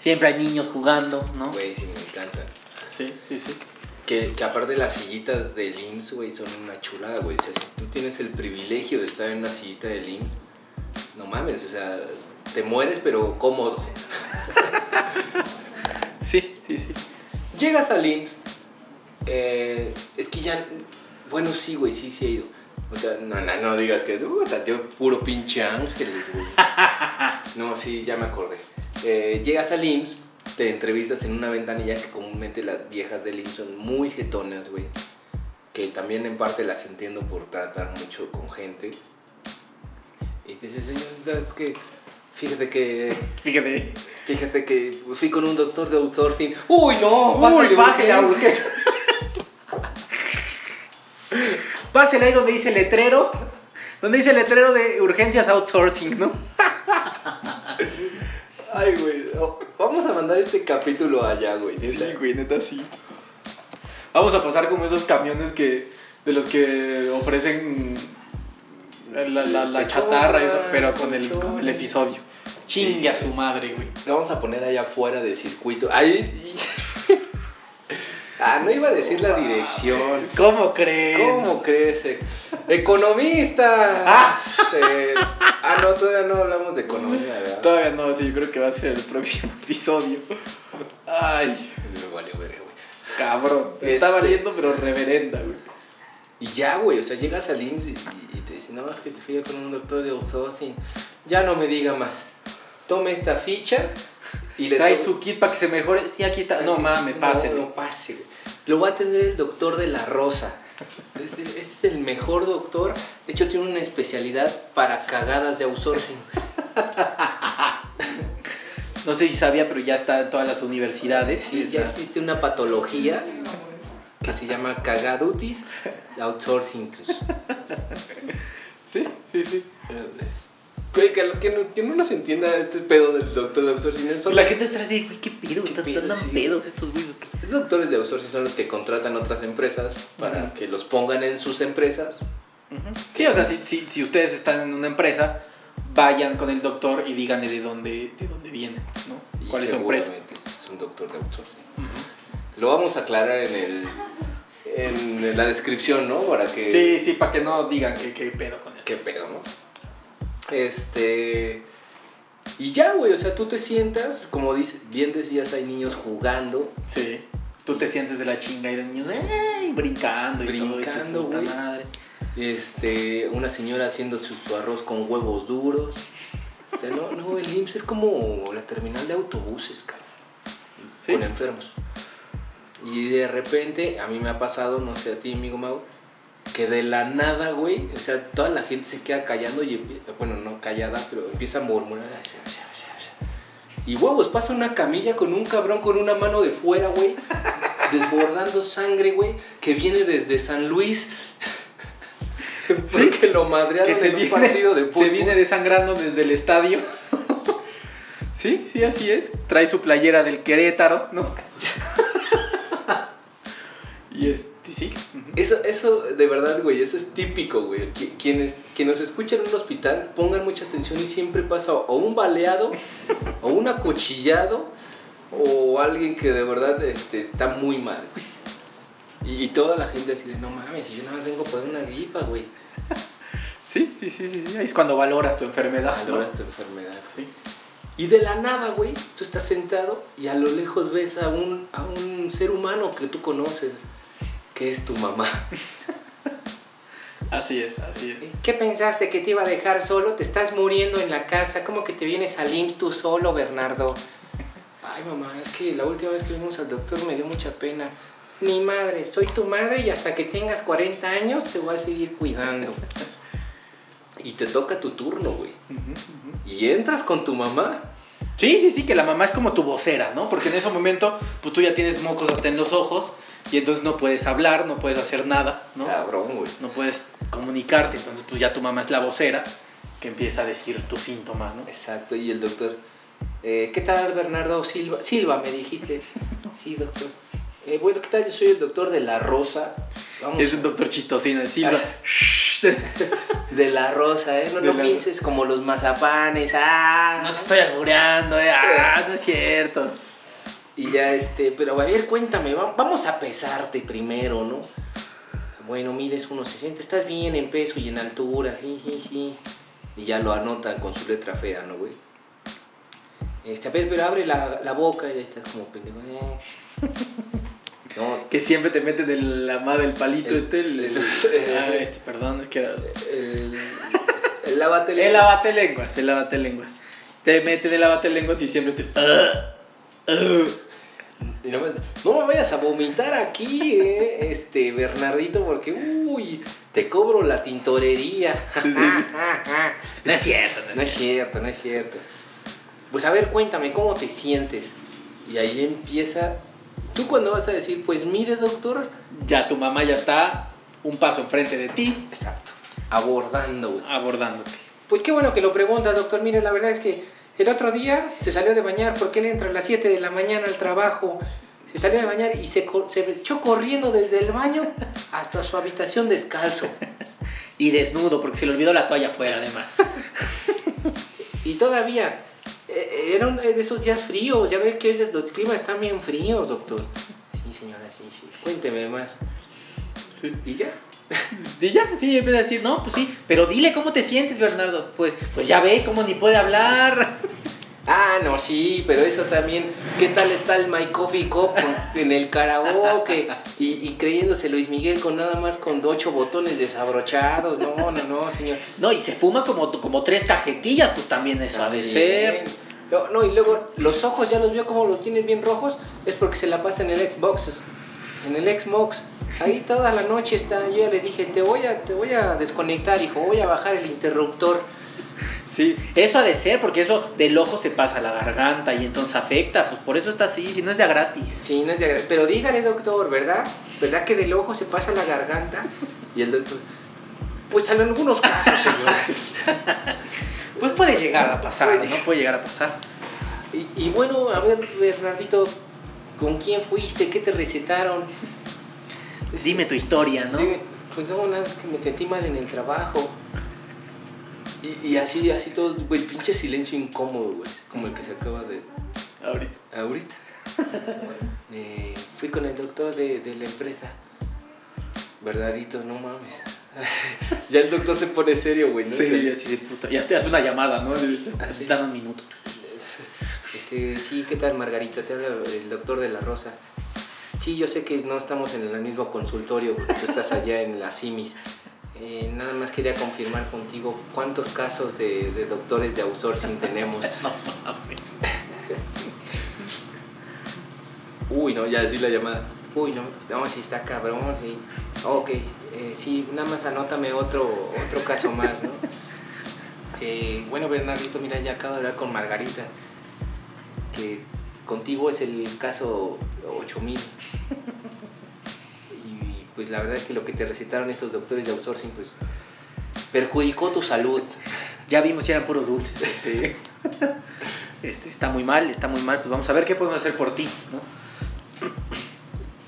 Speaker 4: Siempre hay niños jugando, ¿no?
Speaker 3: Güey, sí, me encanta.
Speaker 4: Sí, sí, sí.
Speaker 3: Que, que aparte las sillitas del IMSS, güey, son una chulada, güey. O sea, si tú tienes el privilegio de estar en una sillita del IMSS, no mames, o sea, te mueres pero cómodo.
Speaker 4: Sí, sí, sí.
Speaker 3: Llegas al IMSS. eh, es que ya. Bueno, sí, güey, sí, sí he ido. O sea, no, no, no digas que. "Puta, yo puro pinche ángeles, güey. no, sí, ya me acordé. Eh, llegas al IMSS, te entrevistas en una ventanilla que comúnmente las viejas del IMSS son muy jetonas, güey. Que también en parte las entiendo por tratar mucho con gente. Y te dices, señorita, es que. Fíjate que
Speaker 4: Fíjate.
Speaker 3: Fíjate que fui con un doctor de outsourcing. ¡Uy, no!
Speaker 4: Uy,
Speaker 3: ¡Pásale,
Speaker 4: pásale,
Speaker 3: urgencia,
Speaker 4: urgencia.
Speaker 3: urgencia!
Speaker 4: Pásale ahí donde dice letrero. Donde dice letrero de urgencias outsourcing, ¿no?
Speaker 3: Ay, güey. o- Vamos a mandar este capítulo allá, güey. neta.
Speaker 4: güey, neta sí. Vamos a pasar como esos camiones que. de los que ofrecen la, la- la- la
Speaker 3: Se
Speaker 4: chatarra,
Speaker 3: cobran,
Speaker 4: eso, pero con el,
Speaker 3: colchones.
Speaker 4: con el episodio. Chingue a su madre, güey.
Speaker 3: Lo vamos a poner allá afuera de circuito. Ahí. ah, no iba a decir la dirección.
Speaker 4: ¿Cómo creen?
Speaker 3: ¿Cómo crees? eh? ¡Economista!
Speaker 4: Ah.
Speaker 3: Eh, ah, no, todavía no hablamos de economía, ¿verdad?
Speaker 4: Todavía no, sí, yo creo que va a ser el próximo episodio. Ay,
Speaker 3: Me valió verga, güey.
Speaker 4: cabrón. Me está
Speaker 3: Este.
Speaker 4: valiendo, pero reverenda, güey.
Speaker 3: Y ya, güey, o sea, llegas al IMSS y, y- y te dicen, no, es que te fui con un doctor de outsourcing. Ya no me diga más. Tome esta ficha y le
Speaker 4: Trae
Speaker 3: to-
Speaker 4: su kit para que se mejore. Sí, aquí está. No mames,
Speaker 3: No,
Speaker 4: pásenlo.
Speaker 3: no pase, güey. Lo va a tener el doctor de la rosa. Es el- Ese es el mejor doctor. De hecho, tiene una especialidad para cagadas de outsourcing.
Speaker 4: No sé si sabía, pero ya está en todas las universidades.
Speaker 3: Y ya existe una patología que se llama cagadutis outsourcing.
Speaker 4: sí, sí, sí.
Speaker 3: Güey, que, que no, que no nos entienda este pedo del doctor de outsourcing. él solo-
Speaker 4: la gente está así, güey, qué pedo,
Speaker 3: ¿Qué
Speaker 4: están
Speaker 3: pedo,
Speaker 4: andan
Speaker 3: sí?
Speaker 4: pedos estos güeyes. ¿qué
Speaker 3: Los doctores de outsourcing son los que contratan otras empresas para que los pongan en sus empresas.
Speaker 4: Sí, o sea, si, si, si ustedes están en una empresa, vayan con el doctor y díganle de dónde, de dónde vienen,
Speaker 3: Y
Speaker 4: ¿no? ¿Cuál es su empresa?
Speaker 3: seguramente es un doctor de outsourcing. Lo vamos a aclarar en, el, en la descripción, ¿no? Para que...
Speaker 4: Sí, sí, para que no digan que qué pedo con esto.
Speaker 3: Qué pedo, ¿no? Este... Y ya, güey, o sea, tú te sientas, como dice, bien decías, hay niños jugando.
Speaker 4: Sí. Tú te sientes de la chinga y los niños ¡ay! brincando y todo. y tu
Speaker 3: Brincando,
Speaker 4: puta
Speaker 3: güey.
Speaker 4: madre.
Speaker 3: Este, una señora haciéndose su arroz con huevos duros. O sea, no, no, el IMSS es como la terminal de autobuses, cabrón.
Speaker 4: Sí.
Speaker 3: Con enfermos. Y de repente, a mí me ha pasado, no sé a ti, amigo Mau, que de la nada, güey, o sea, toda la gente se queda callando y, empie- bueno, no callada, pero empieza a murmurar. Y huevos, pasa una camilla con un cabrón con una mano de fuera, güey, desbordando sangre, güey, que viene desde San Luis. Porque lo madrearon
Speaker 4: Que se
Speaker 3: en
Speaker 4: viene,
Speaker 3: un partido de fútbol.
Speaker 4: se viene desangrando desde el estadio. sí, sí, así es. Trae su playera del Querétaro, ¿no? y este, sí.
Speaker 3: Eso, eso, de verdad, güey, eso es típico, güey. Qui- Quienes, quienes escuchan en un hospital, pongan mucha atención y siempre pasa o un baleado, o un acuchillado, o alguien que de verdad este, está muy mal, güey. Y, y toda la gente así de, no mames, yo nada más vengo por una gripa, güey.
Speaker 4: Sí, sí, sí, sí, sí. Ahí es cuando valoras tu enfermedad. ¿no?
Speaker 3: Valoras tu enfermedad.
Speaker 4: Sí.
Speaker 3: Y de la nada, güey, tú estás sentado y a lo lejos ves a un, a un ser humano que tú conoces, que es tu mamá.
Speaker 4: Así es, así es.
Speaker 3: ¿Qué pensaste que te iba a dejar solo? Te estás muriendo en la casa. ¿Cómo que te vienes al IMSS tú solo, Bernardo? Ay, mamá, es que la última vez que vimos al doctor me dio mucha pena. Mi madre, soy tu madre y hasta que tengas 40 años te voy a seguir cuidando. Y te toca tu turno, güey. Y entras con tu mamá.
Speaker 4: Sí, sí, sí, que la mamá es como tu vocera, ¿no? Porque en ese momento, pues tú ya tienes mocos hasta en los ojos y entonces no puedes hablar, no puedes hacer nada, ¿no?
Speaker 3: Cabrón, güey.
Speaker 4: No puedes comunicarte, entonces pues ya tu mamá es la vocera que empieza a decir tus síntomas, ¿no?
Speaker 3: Exacto, y el doctor. eh, ¿Qué tal, Bernardo Silva? Silva, me dijiste. Sí, doctor. Eh, bueno, ¿qué tal? Yo soy el doctor de la Rosa. Vamos
Speaker 4: Es
Speaker 3: a-
Speaker 4: un doctor chistosino, el Silva.
Speaker 3: Ah. De la rosa, ¿eh? No,
Speaker 4: De
Speaker 3: no
Speaker 4: la
Speaker 3: pienses como los mazapanes, ¡ah!
Speaker 4: No te estoy albureando, eh. Ah, no es cierto.
Speaker 3: Y ya, este, pero a ver, cuéntame, va- vamos a pesarte primero, ¿no? Bueno, mides 1,60, estás bien en peso y en altura, sí, sí, sí. Y ya lo anotan con su letra fea, ¿no, güey? Este, a ver, pero abre la, la boca y ya estás como pendejo. eh. No,
Speaker 4: Que siempre te meten el la madre del palito
Speaker 3: El-
Speaker 4: este, el,
Speaker 3: el-
Speaker 4: ah, este, perdón, es que era
Speaker 3: el, el lávatele.
Speaker 4: El abate lenguas, el abate lenguas. Te meten el abate lenguas y siempre te Ah,
Speaker 3: Y No me, no me vayas a vomitar aquí, eh, este Bernardito, porque uy, te cobro la tintorería.
Speaker 4: No es cierto, no
Speaker 3: no es cierto, no es cierto. Pues a ver, cuéntame, ¿cómo te sientes? Y ahí empieza. ¿Tú cuando vas a decir, pues mire, doctor?
Speaker 4: Ya tu mamá ya está un paso enfrente de ti
Speaker 3: Exacto. Abordando, güey.
Speaker 4: abordándote.
Speaker 3: Pues qué bueno que lo pregunta, doctor. Mire, la verdad es que el otro día se salió de bañar porque él entra a las 7 de la mañana al trabajo. Se salió de bañar y se, co- se echó corriendo desde el baño hasta su habitación descalzo.
Speaker 4: Y desnudo, porque se le olvidó la toalla afuera además.
Speaker 3: Y todavía, eh, eran de esos días fríos. Ya ve que hoy los climas están bien fríos, doctor. Sí, señora, sí, sí. Cuénteme más.
Speaker 4: Sí.
Speaker 3: Y ya.
Speaker 4: Y ya, sí, empieza a decir, no, pues sí, pero dile cómo te sientes, Bernardo. Pues, pues ya ve cómo ni puede hablar.
Speaker 3: Ah, no, sí, pero eso también. ¿Qué tal está el My Coffee Cup con- en el karaoke? Y, y creyéndose Luis Miguel con nada más con ocho botones desabrochados. No, no, no, señor.
Speaker 4: No, y se fuma como, como tres cajetillas, pues también eso ha de ser.
Speaker 3: No, no, y luego los ojos ya los vio como los tienes bien rojos. Es porque se la pasa en el Xbox. En el Xbox. Ahí toda la noche está. Yo ya le dije, te voy a, te voy a desconectar, hijo. Voy a bajar el interruptor.
Speaker 4: Sí. Eso ha de ser, porque eso del ojo se pasa a la garganta y entonces afecta. Pues por eso está así, si no es ya gratis.
Speaker 3: Sí, no es de agra- Pero dígale, doctor, ¿verdad? ¿Verdad que del ojo se pasa a la garganta? Y el doctor. Pues en algunos casos, señor.
Speaker 4: Pues puede llegar a pasar, ¿no? Puede llegar a pasar.
Speaker 3: y, y bueno, a ver, Bernardito, ¿con quién fuiste? ¿Qué te recetaron?
Speaker 4: Dime tu historia, ¿no?
Speaker 3: Dime, pues no, nada, es que me sentí mal en el trabajo. Y, y así, así todo, güey, pinche silencio incómodo, güey. Como el que se acaba de.
Speaker 4: Ahorita.
Speaker 3: Ahorita. Eh, fui con el doctor de, de la empresa. Verdadito, no mames. ya el doctor se pone serio, güey, ¿no?
Speaker 4: Sí, así de puta. Y hasta hace una llamada, ¿no?
Speaker 3: sí.
Speaker 4: Dame un minuto.
Speaker 3: Este, sí, ¿qué tal, Margarita? Te habla el doctor de la Rosa. Sí, yo sé que no estamos en el mismo consultorio porque tú estás allá en las CIMIS. Eh, nada más quería confirmar contigo cuántos casos de, de doctores de outsourcing tenemos. Uy, no, ya decir la llamada. Uy, no, no, sí está cabrón, sí. Ok, eh, sí, nada más anótame otro, otro caso más, ¿no? Eh, bueno, Bernardito, mira, ya acabo de hablar con Margarita, que contigo es el caso 8000. Y pues la verdad es que lo que te recetaron estos doctores de outsourcing, pues perjudicó tu salud.
Speaker 4: Ya vimos si eran puros dulces. Este, este, está muy mal, está muy mal. Pues vamos a ver qué podemos hacer por ti, ¿no?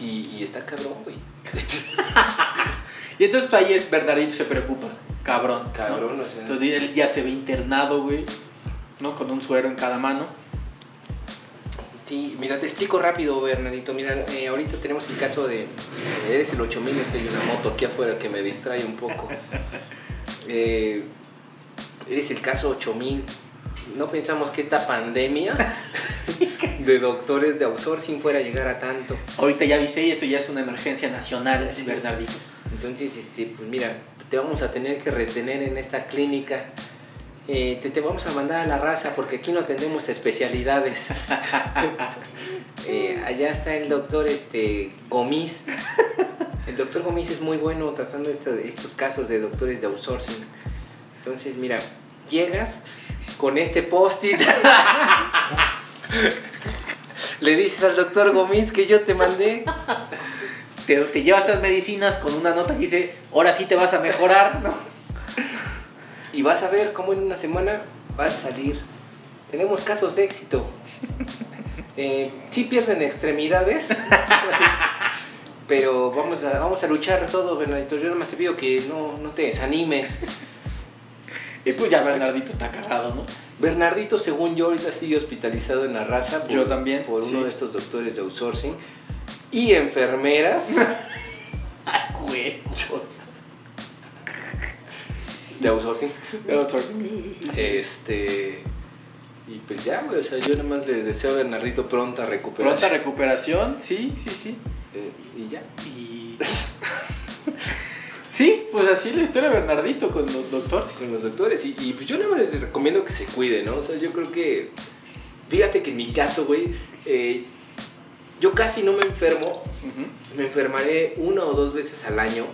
Speaker 3: Y, y está cabrón, güey.
Speaker 4: Y entonces pues, ahí es Bernardito se preocupa. Cabrón. ¿no?
Speaker 3: Cabrón, o sea.
Speaker 4: Entonces él ya se ve internado, güey. ¿No? Con un suero en cada mano.
Speaker 3: Sí, mira, te explico rápido, Bernadito. Mira, eh, ahorita tenemos el caso de. Eres el 8000, este hay una moto aquí afuera que me distrae un poco. Eh, eres el caso 8000. No pensamos que esta pandemia de doctores de outsourcing fuera a llegar a tanto.
Speaker 4: Ahorita ya avisé y esto ya es una emergencia nacional, Bernardito.
Speaker 3: Entonces, este, pues mira, te vamos a tener que retener en esta clínica. Eh, te, te vamos a mandar a la raza porque aquí no tenemos especialidades. Eh, allá está el doctor este, Gomis. El doctor Gomis es muy bueno tratando esta- estos casos de doctores de outsourcing. Entonces, mira, llegas con este post-it. Le dices al doctor Gomis que yo te mandé.
Speaker 4: Te, te llevas estas medicinas con una nota que dice, ahora sí te vas a mejorar, ¿no?
Speaker 3: Y vas a ver cómo en una semana vas a salir. Tenemos casos de éxito. Eh, sí pierden extremidades, pero vamos a, vamos a luchar todo, Bernadito. Yo nomás te pido que no, no te desanimes.
Speaker 4: Y pues ya Bernardito está cagado, ¿no?
Speaker 3: Bernardito, según yo, ahorita sigue hospitalizado en la raza.
Speaker 4: Yo también,
Speaker 3: Por uno
Speaker 4: sí.
Speaker 3: de estos doctores de outsourcing. Y enfermeras
Speaker 4: Ay, huevos.
Speaker 3: de outsourcing.
Speaker 4: De otro, sí, sí, sí, sí.
Speaker 3: Eh, Este. Y pues ya, güey. O sea, yo nomás le deseo a Bernardito pronta recuperación.
Speaker 4: Pronta recuperación, sí, sí, sí.
Speaker 3: Eh, y ya.
Speaker 4: Y... sí, pues así es la historia de Bernardito con los doctores.
Speaker 3: con los doctores. Y, y, pues yo nada más les recomiendo que se cuiden, ¿no? O sea, yo creo que. Fíjate que en mi caso, güey, eh, yo casi no me enfermo.
Speaker 4: Ujú.
Speaker 3: Me enfermaré una o dos veces al año.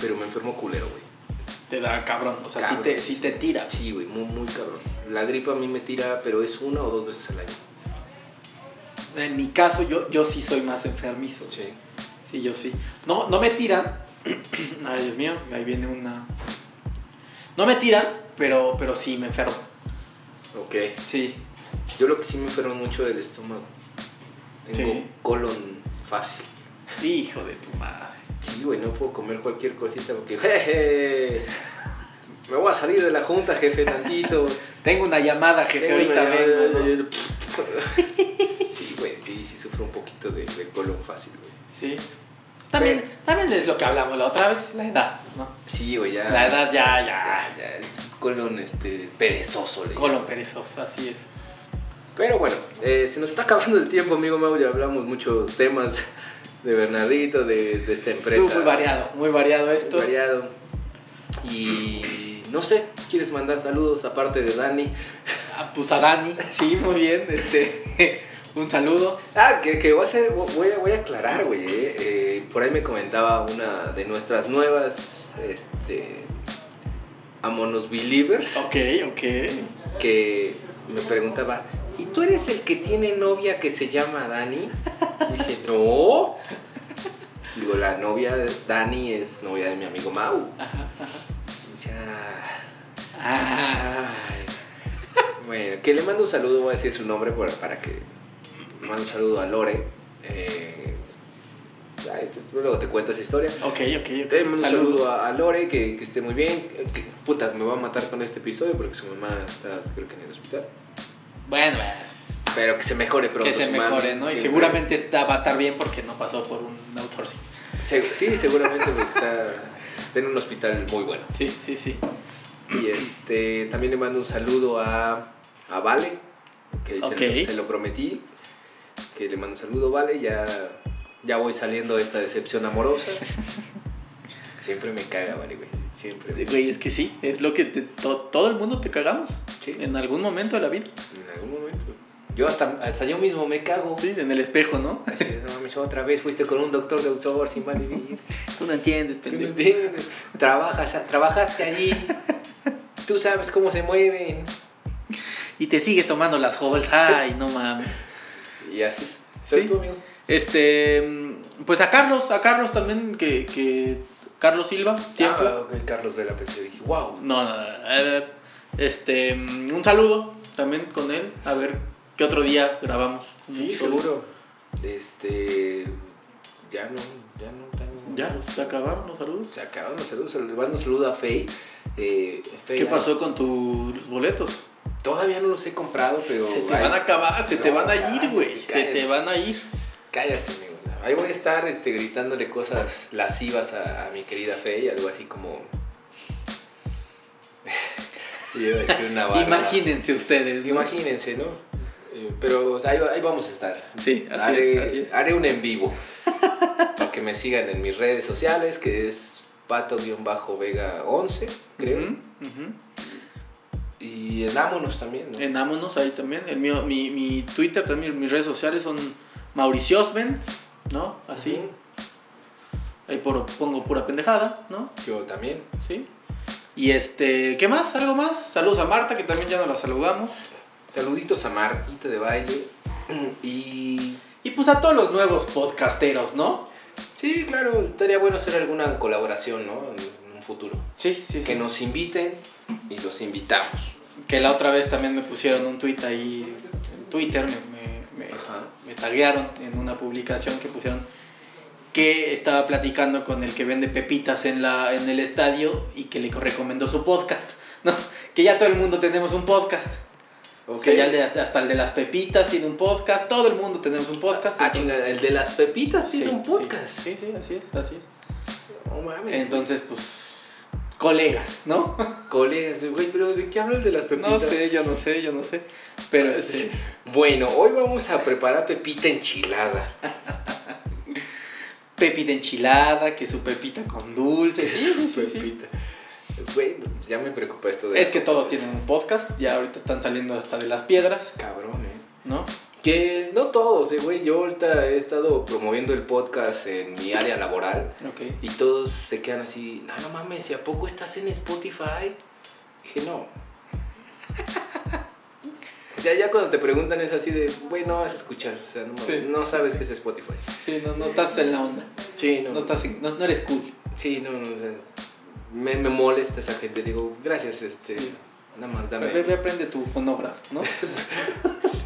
Speaker 3: Pero me enfermo culero, güey.
Speaker 4: Te da cabrón, o sea, sí
Speaker 3: Cabrón,
Speaker 4: te,
Speaker 3: sí.
Speaker 4: sí te tira.
Speaker 3: Sí, güey, muy, muy cabrón. La gripa a mí me tira, pero es una o dos veces al año.
Speaker 4: En mi caso, yo, yo sí soy más enfermizo.
Speaker 3: Sí.
Speaker 4: Sí, yo sí. No, no me tiran. Ay, Dios mío, ahí viene una. No me tiran, pero, pero sí me enfermo.
Speaker 3: Ok.
Speaker 4: Sí.
Speaker 3: Yo lo que sí me enfermo mucho del estómago. Tengo
Speaker 4: Sí.
Speaker 3: colon fácil.
Speaker 4: Hijo de tu madre.
Speaker 3: Sí, güey, no puedo comer cualquier cosita porque. Me voy a salir de la junta, jefe, tantito.
Speaker 4: Tengo una llamada, jefe,
Speaker 3: Tengo
Speaker 4: ahorita
Speaker 3: una llamada,
Speaker 4: vengo. ¿no?
Speaker 3: Sí, güey, sí, sí sufro un poquito de, de colon fácil, güey.
Speaker 4: Sí. También, también es lo que hablamos la otra vez, la edad, ¿no?
Speaker 3: Sí, güey, ya.
Speaker 4: La edad ya,
Speaker 3: Ya,
Speaker 4: ya.
Speaker 3: ya, es colon este, perezoso, le
Speaker 4: Colon perezoso, así es.
Speaker 3: Pero bueno, eh, se nos está acabando el tiempo, amigo Mau. Ya hablamos muchos temas de Bernardito, de, de esta empresa.
Speaker 4: Estuvo muy variado, muy variado esto.
Speaker 3: variado. Y no sé, ¿quieres mandar saludos aparte de Dani?
Speaker 4: Ah, Pues a Dani, sí, muy bien. Este, un saludo.
Speaker 3: Ah, que, que voy, a hacer, voy, a, voy a aclarar, güey. eh. Eh, por ahí me comentaba una de nuestras nuevas este, Amonos Believers
Speaker 4: Ok, ok.
Speaker 3: que me preguntaba, ¿y tú eres el que tiene novia que se llama Dani? dije, no. Digo, la novia de Dani es novia de mi amigo Mau. Dice, "Ah,
Speaker 4: Ah,
Speaker 3: ay". Bueno, que le mando un saludo, voy a decir su nombre por- para que le mando un saludo a Lore. Eh, ay, te- luego te cuento esa historia.
Speaker 4: ok, ok, ok.
Speaker 3: Le mando un
Speaker 4: Saludos.
Speaker 3: saludo a, a Lore, que, que esté muy bien. Que, puta, me va a matar con este episodio porque su mamá está, creo que en el hospital.
Speaker 4: Bueno, pues,
Speaker 3: Pero que se mejore pronto.
Speaker 4: que se
Speaker 3: su mami,
Speaker 4: mejore, ¿no? Y
Speaker 3: siempre.
Speaker 4: seguramente está, va a estar bien porque no pasó por un outsourcing.
Speaker 3: Se- sí, seguramente porque está, está en un hospital muy bueno.
Speaker 4: Sí, sí, sí.
Speaker 3: Y este también le mando un saludo a, a Vale, que se-
Speaker 4: Ok.
Speaker 3: se, lo prometí. Que le mando un saludo, Vale. Ya Ya voy saliendo de esta decepción amorosa. Siempre me caga, Mari, güey. Siempre. me-
Speaker 4: Güey, es que sí, es lo que te- to- todo el mundo te cagamos.
Speaker 3: Sí.
Speaker 4: En algún momento de la vida.
Speaker 3: En algún momento. Yo hasta, hasta yo mismo me cago.
Speaker 4: Sí, en el espejo, ¿no?
Speaker 3: Así de, no mames, otra vez fuiste con un doctor de autor sin más vivir.
Speaker 4: Tú no entiendes,
Speaker 3: Tú no
Speaker 4: pendejo.
Speaker 3: entiendes. Trabajas, trabajaste allí. Tú sabes cómo se mueven.
Speaker 4: Y te sigues tomando las holes. Ay, no mames.
Speaker 3: Y así es.
Speaker 4: Sí.
Speaker 3: Pero tú, amigo.
Speaker 4: Este, mm, pues a Carlos, a Carlos también, que, que Carlos Silva, siempre.
Speaker 3: Ah, ok, Carlos Vela, pensé, dije, wow.
Speaker 4: No, no, no, eh, este, mm, un saludo también con él, a ver qué otro día grabamos. un
Speaker 3: Sí,
Speaker 4: episodio.
Speaker 3: seguro. Este. Ya no, ya no tan-
Speaker 4: Ya, se acabaron los saludos.
Speaker 3: Se acabaron los saludos. Le mando un saludo a Fey. Eh, Fey,
Speaker 4: ¿Qué
Speaker 3: ah,
Speaker 4: pasó con tus boletos?
Speaker 3: Todavía no los he comprado, pero.
Speaker 4: Se te
Speaker 3: ay,
Speaker 4: van a acabar, se te
Speaker 3: no,
Speaker 4: van a
Speaker 3: cállate,
Speaker 4: ir, güey. Se
Speaker 3: cállate.
Speaker 4: te van a ir.
Speaker 3: Cállate, amigo. Ahí voy a estar este, gritándole cosas lascivas a, a mi querida Fey, algo así como. Iba a decir una barra.
Speaker 4: Imagínense ustedes, ¿no?
Speaker 3: Imagínense, ¿no? Eh, Pero ahí, ahí vamos a estar.
Speaker 4: Sí, así
Speaker 3: haré,
Speaker 4: es, así es.
Speaker 3: haré un en vivo. para que me sigan en mis redes sociales, que es pato-vega11, creo.
Speaker 4: Ujú, ujú.
Speaker 3: Y en Ámonos también, ¿no?
Speaker 4: En Amonos ahí también. El mío, mi, mi Twitter también, mis redes sociales son Mauriciosben, ¿no? Así.
Speaker 3: Ujú.
Speaker 4: Ahí por- pongo pura pendejada, ¿no?
Speaker 3: Yo también.
Speaker 4: Sí. Y este, ¿qué más? ¿Algo más? Saludos a Marta, que también ya nos la saludamos.
Speaker 3: Saluditos a Martita de baile. Y.
Speaker 4: Y pues a todos los nuevos podcasteros, ¿no?
Speaker 3: Sí, claro, estaría bueno hacer alguna colaboración, ¿no? En en un futuro.
Speaker 4: Sí, sí, sí.
Speaker 3: Que nos inviten y los invitamos.
Speaker 4: Que la otra vez también me pusieron un tweet ahí, en Twitter, me, me, me,
Speaker 3: Ajá.
Speaker 4: me taguearon en una publicación que pusieron que estaba platicando con el que vende pepitas en, la, en el estadio y que le recomendó su podcast, ¿no? Que ya todo el mundo tenemos un podcast.
Speaker 3: Ok.
Speaker 4: Que ya el de- hasta el de las pepitas tiene un podcast, todo el mundo tenemos un podcast.
Speaker 3: Ah,
Speaker 4: entonces-
Speaker 3: chinga, el de las pepitas tiene
Speaker 4: Sí,
Speaker 3: un podcast.
Speaker 4: Sí, sí, sí, así es, así es.
Speaker 3: No mames.
Speaker 4: Entonces, pues, colegas, ¿no?
Speaker 3: güey. colegas, güey, pero ¿de qué hablan de las pepitas?
Speaker 4: yo no sé, yo no sé. Pero
Speaker 3: Sí.
Speaker 4: este,
Speaker 3: Bueno, hoy vamos a preparar pepita enchilada.
Speaker 4: pepita enchilada, que su pepita con dulce. sí, sí, sí, sí.
Speaker 3: pepita. Bueno, ya me preocupa esto de.
Speaker 4: Es que todos tienen un podcast, ya ahorita están saliendo hasta de las piedras,
Speaker 3: Cabrón, eh.
Speaker 4: ¿no?
Speaker 3: Que no todos, eh, güey. Yo ahorita he estado promoviendo el podcast en mi área laboral.
Speaker 4: Ok.
Speaker 3: Y todos se quedan así, no, no mames, ¿y a poco estás en Spotify? Dije, no. O sea, ya cuando te preguntan es así de, güey, no vas a escuchar. O sea, no, mames,
Speaker 4: Sí.
Speaker 3: no sabes qué es Spotify.
Speaker 4: Sí, no, no estás en la onda.
Speaker 3: Sí,
Speaker 4: No, estás en- no, no eres cool.
Speaker 3: Sí, no, no, o sea, me, me molesta esa gente. Digo, gracias, este,
Speaker 4: Sí.
Speaker 3: nada más dame.
Speaker 4: Ve, ve, aprende tu fonógrafo, ¿no?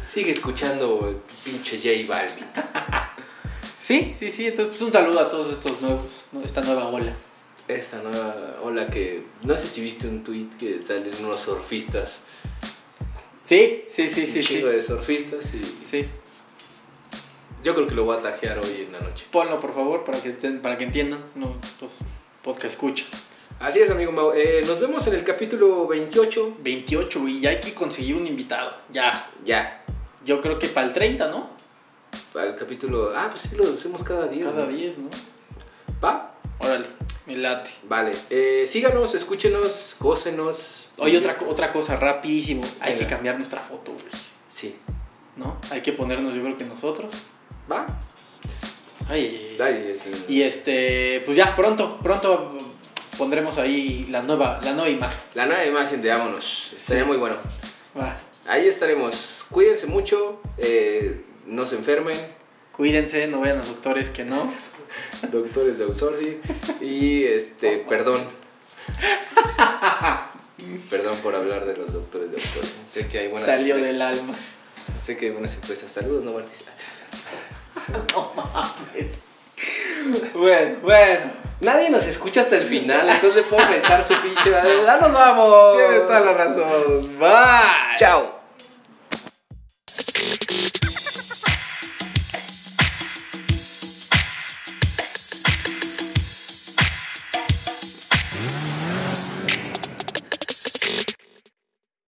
Speaker 3: Sigue escuchando el pinche J Balvin.
Speaker 4: sí, sí, sí. Entonces, pues un saludo a todos estos nuevos, ¿no? esta nueva ola.
Speaker 3: Esta nueva ola que, no sé si viste un tweet que salen unos surfistas.
Speaker 4: Sí, sí, sí, sí.
Speaker 3: un
Speaker 4: Sí.
Speaker 3: chingo de surfistas y
Speaker 4: sí.
Speaker 3: yo creo que lo voy a tajear hoy en la noche.
Speaker 4: Ponlo, por favor, para que, estén- para que entiendan ¿no? los podcast escuchas.
Speaker 3: Así es, amigo Mau. Eh, nos vemos en el capítulo 28.
Speaker 4: 28, güey, ya hay que conseguir un invitado. Ya.
Speaker 3: Ya.
Speaker 4: Yo creo que para el 30, ¿no?
Speaker 3: Al capítulo. Ah, pues sí, lo hacemos cada día.
Speaker 4: Cada
Speaker 3: ¿no?
Speaker 4: 10, ¿no?
Speaker 3: Va.
Speaker 4: Órale, me late.
Speaker 3: Vale. Eh, síganos, escúchenos, gócenos.
Speaker 4: Oye, otra, co- otra cosa, rapidísimo. Hay
Speaker 3: Venga.
Speaker 4: que cambiar nuestra foto, güey.
Speaker 3: Sí.
Speaker 4: ¿No? Hay que ponernos, yo creo que nosotros.
Speaker 3: Va.
Speaker 4: Ay, ay, ay.
Speaker 3: Dale, sí.
Speaker 4: Y este, pues ya, pronto, pronto pondremos ahí la nueva, la nueva imagen.
Speaker 3: La nueva imagen de Vámonos. Estaría muy bueno.
Speaker 4: Va.
Speaker 3: Ahí estaremos. Cuídense mucho. eh, no se enfermen.
Speaker 4: Cuídense, no vayan a los doctores que no.
Speaker 3: Doctores de outsourcing. Y este, perdón. Perdón por hablar de los doctores de outsourcing. Sé que hay buenas
Speaker 4: Salió
Speaker 3: empresas.
Speaker 4: del alma.
Speaker 3: Sé que hay buenas empresas. Saludos, no Martis.
Speaker 4: Bueno, bueno.
Speaker 3: Nadie nos escucha hasta el final, entonces le puedo inventar su pinche. ¡Ya nos vamos!
Speaker 4: Tienes toda la razón. Bye.
Speaker 3: ¡Chao!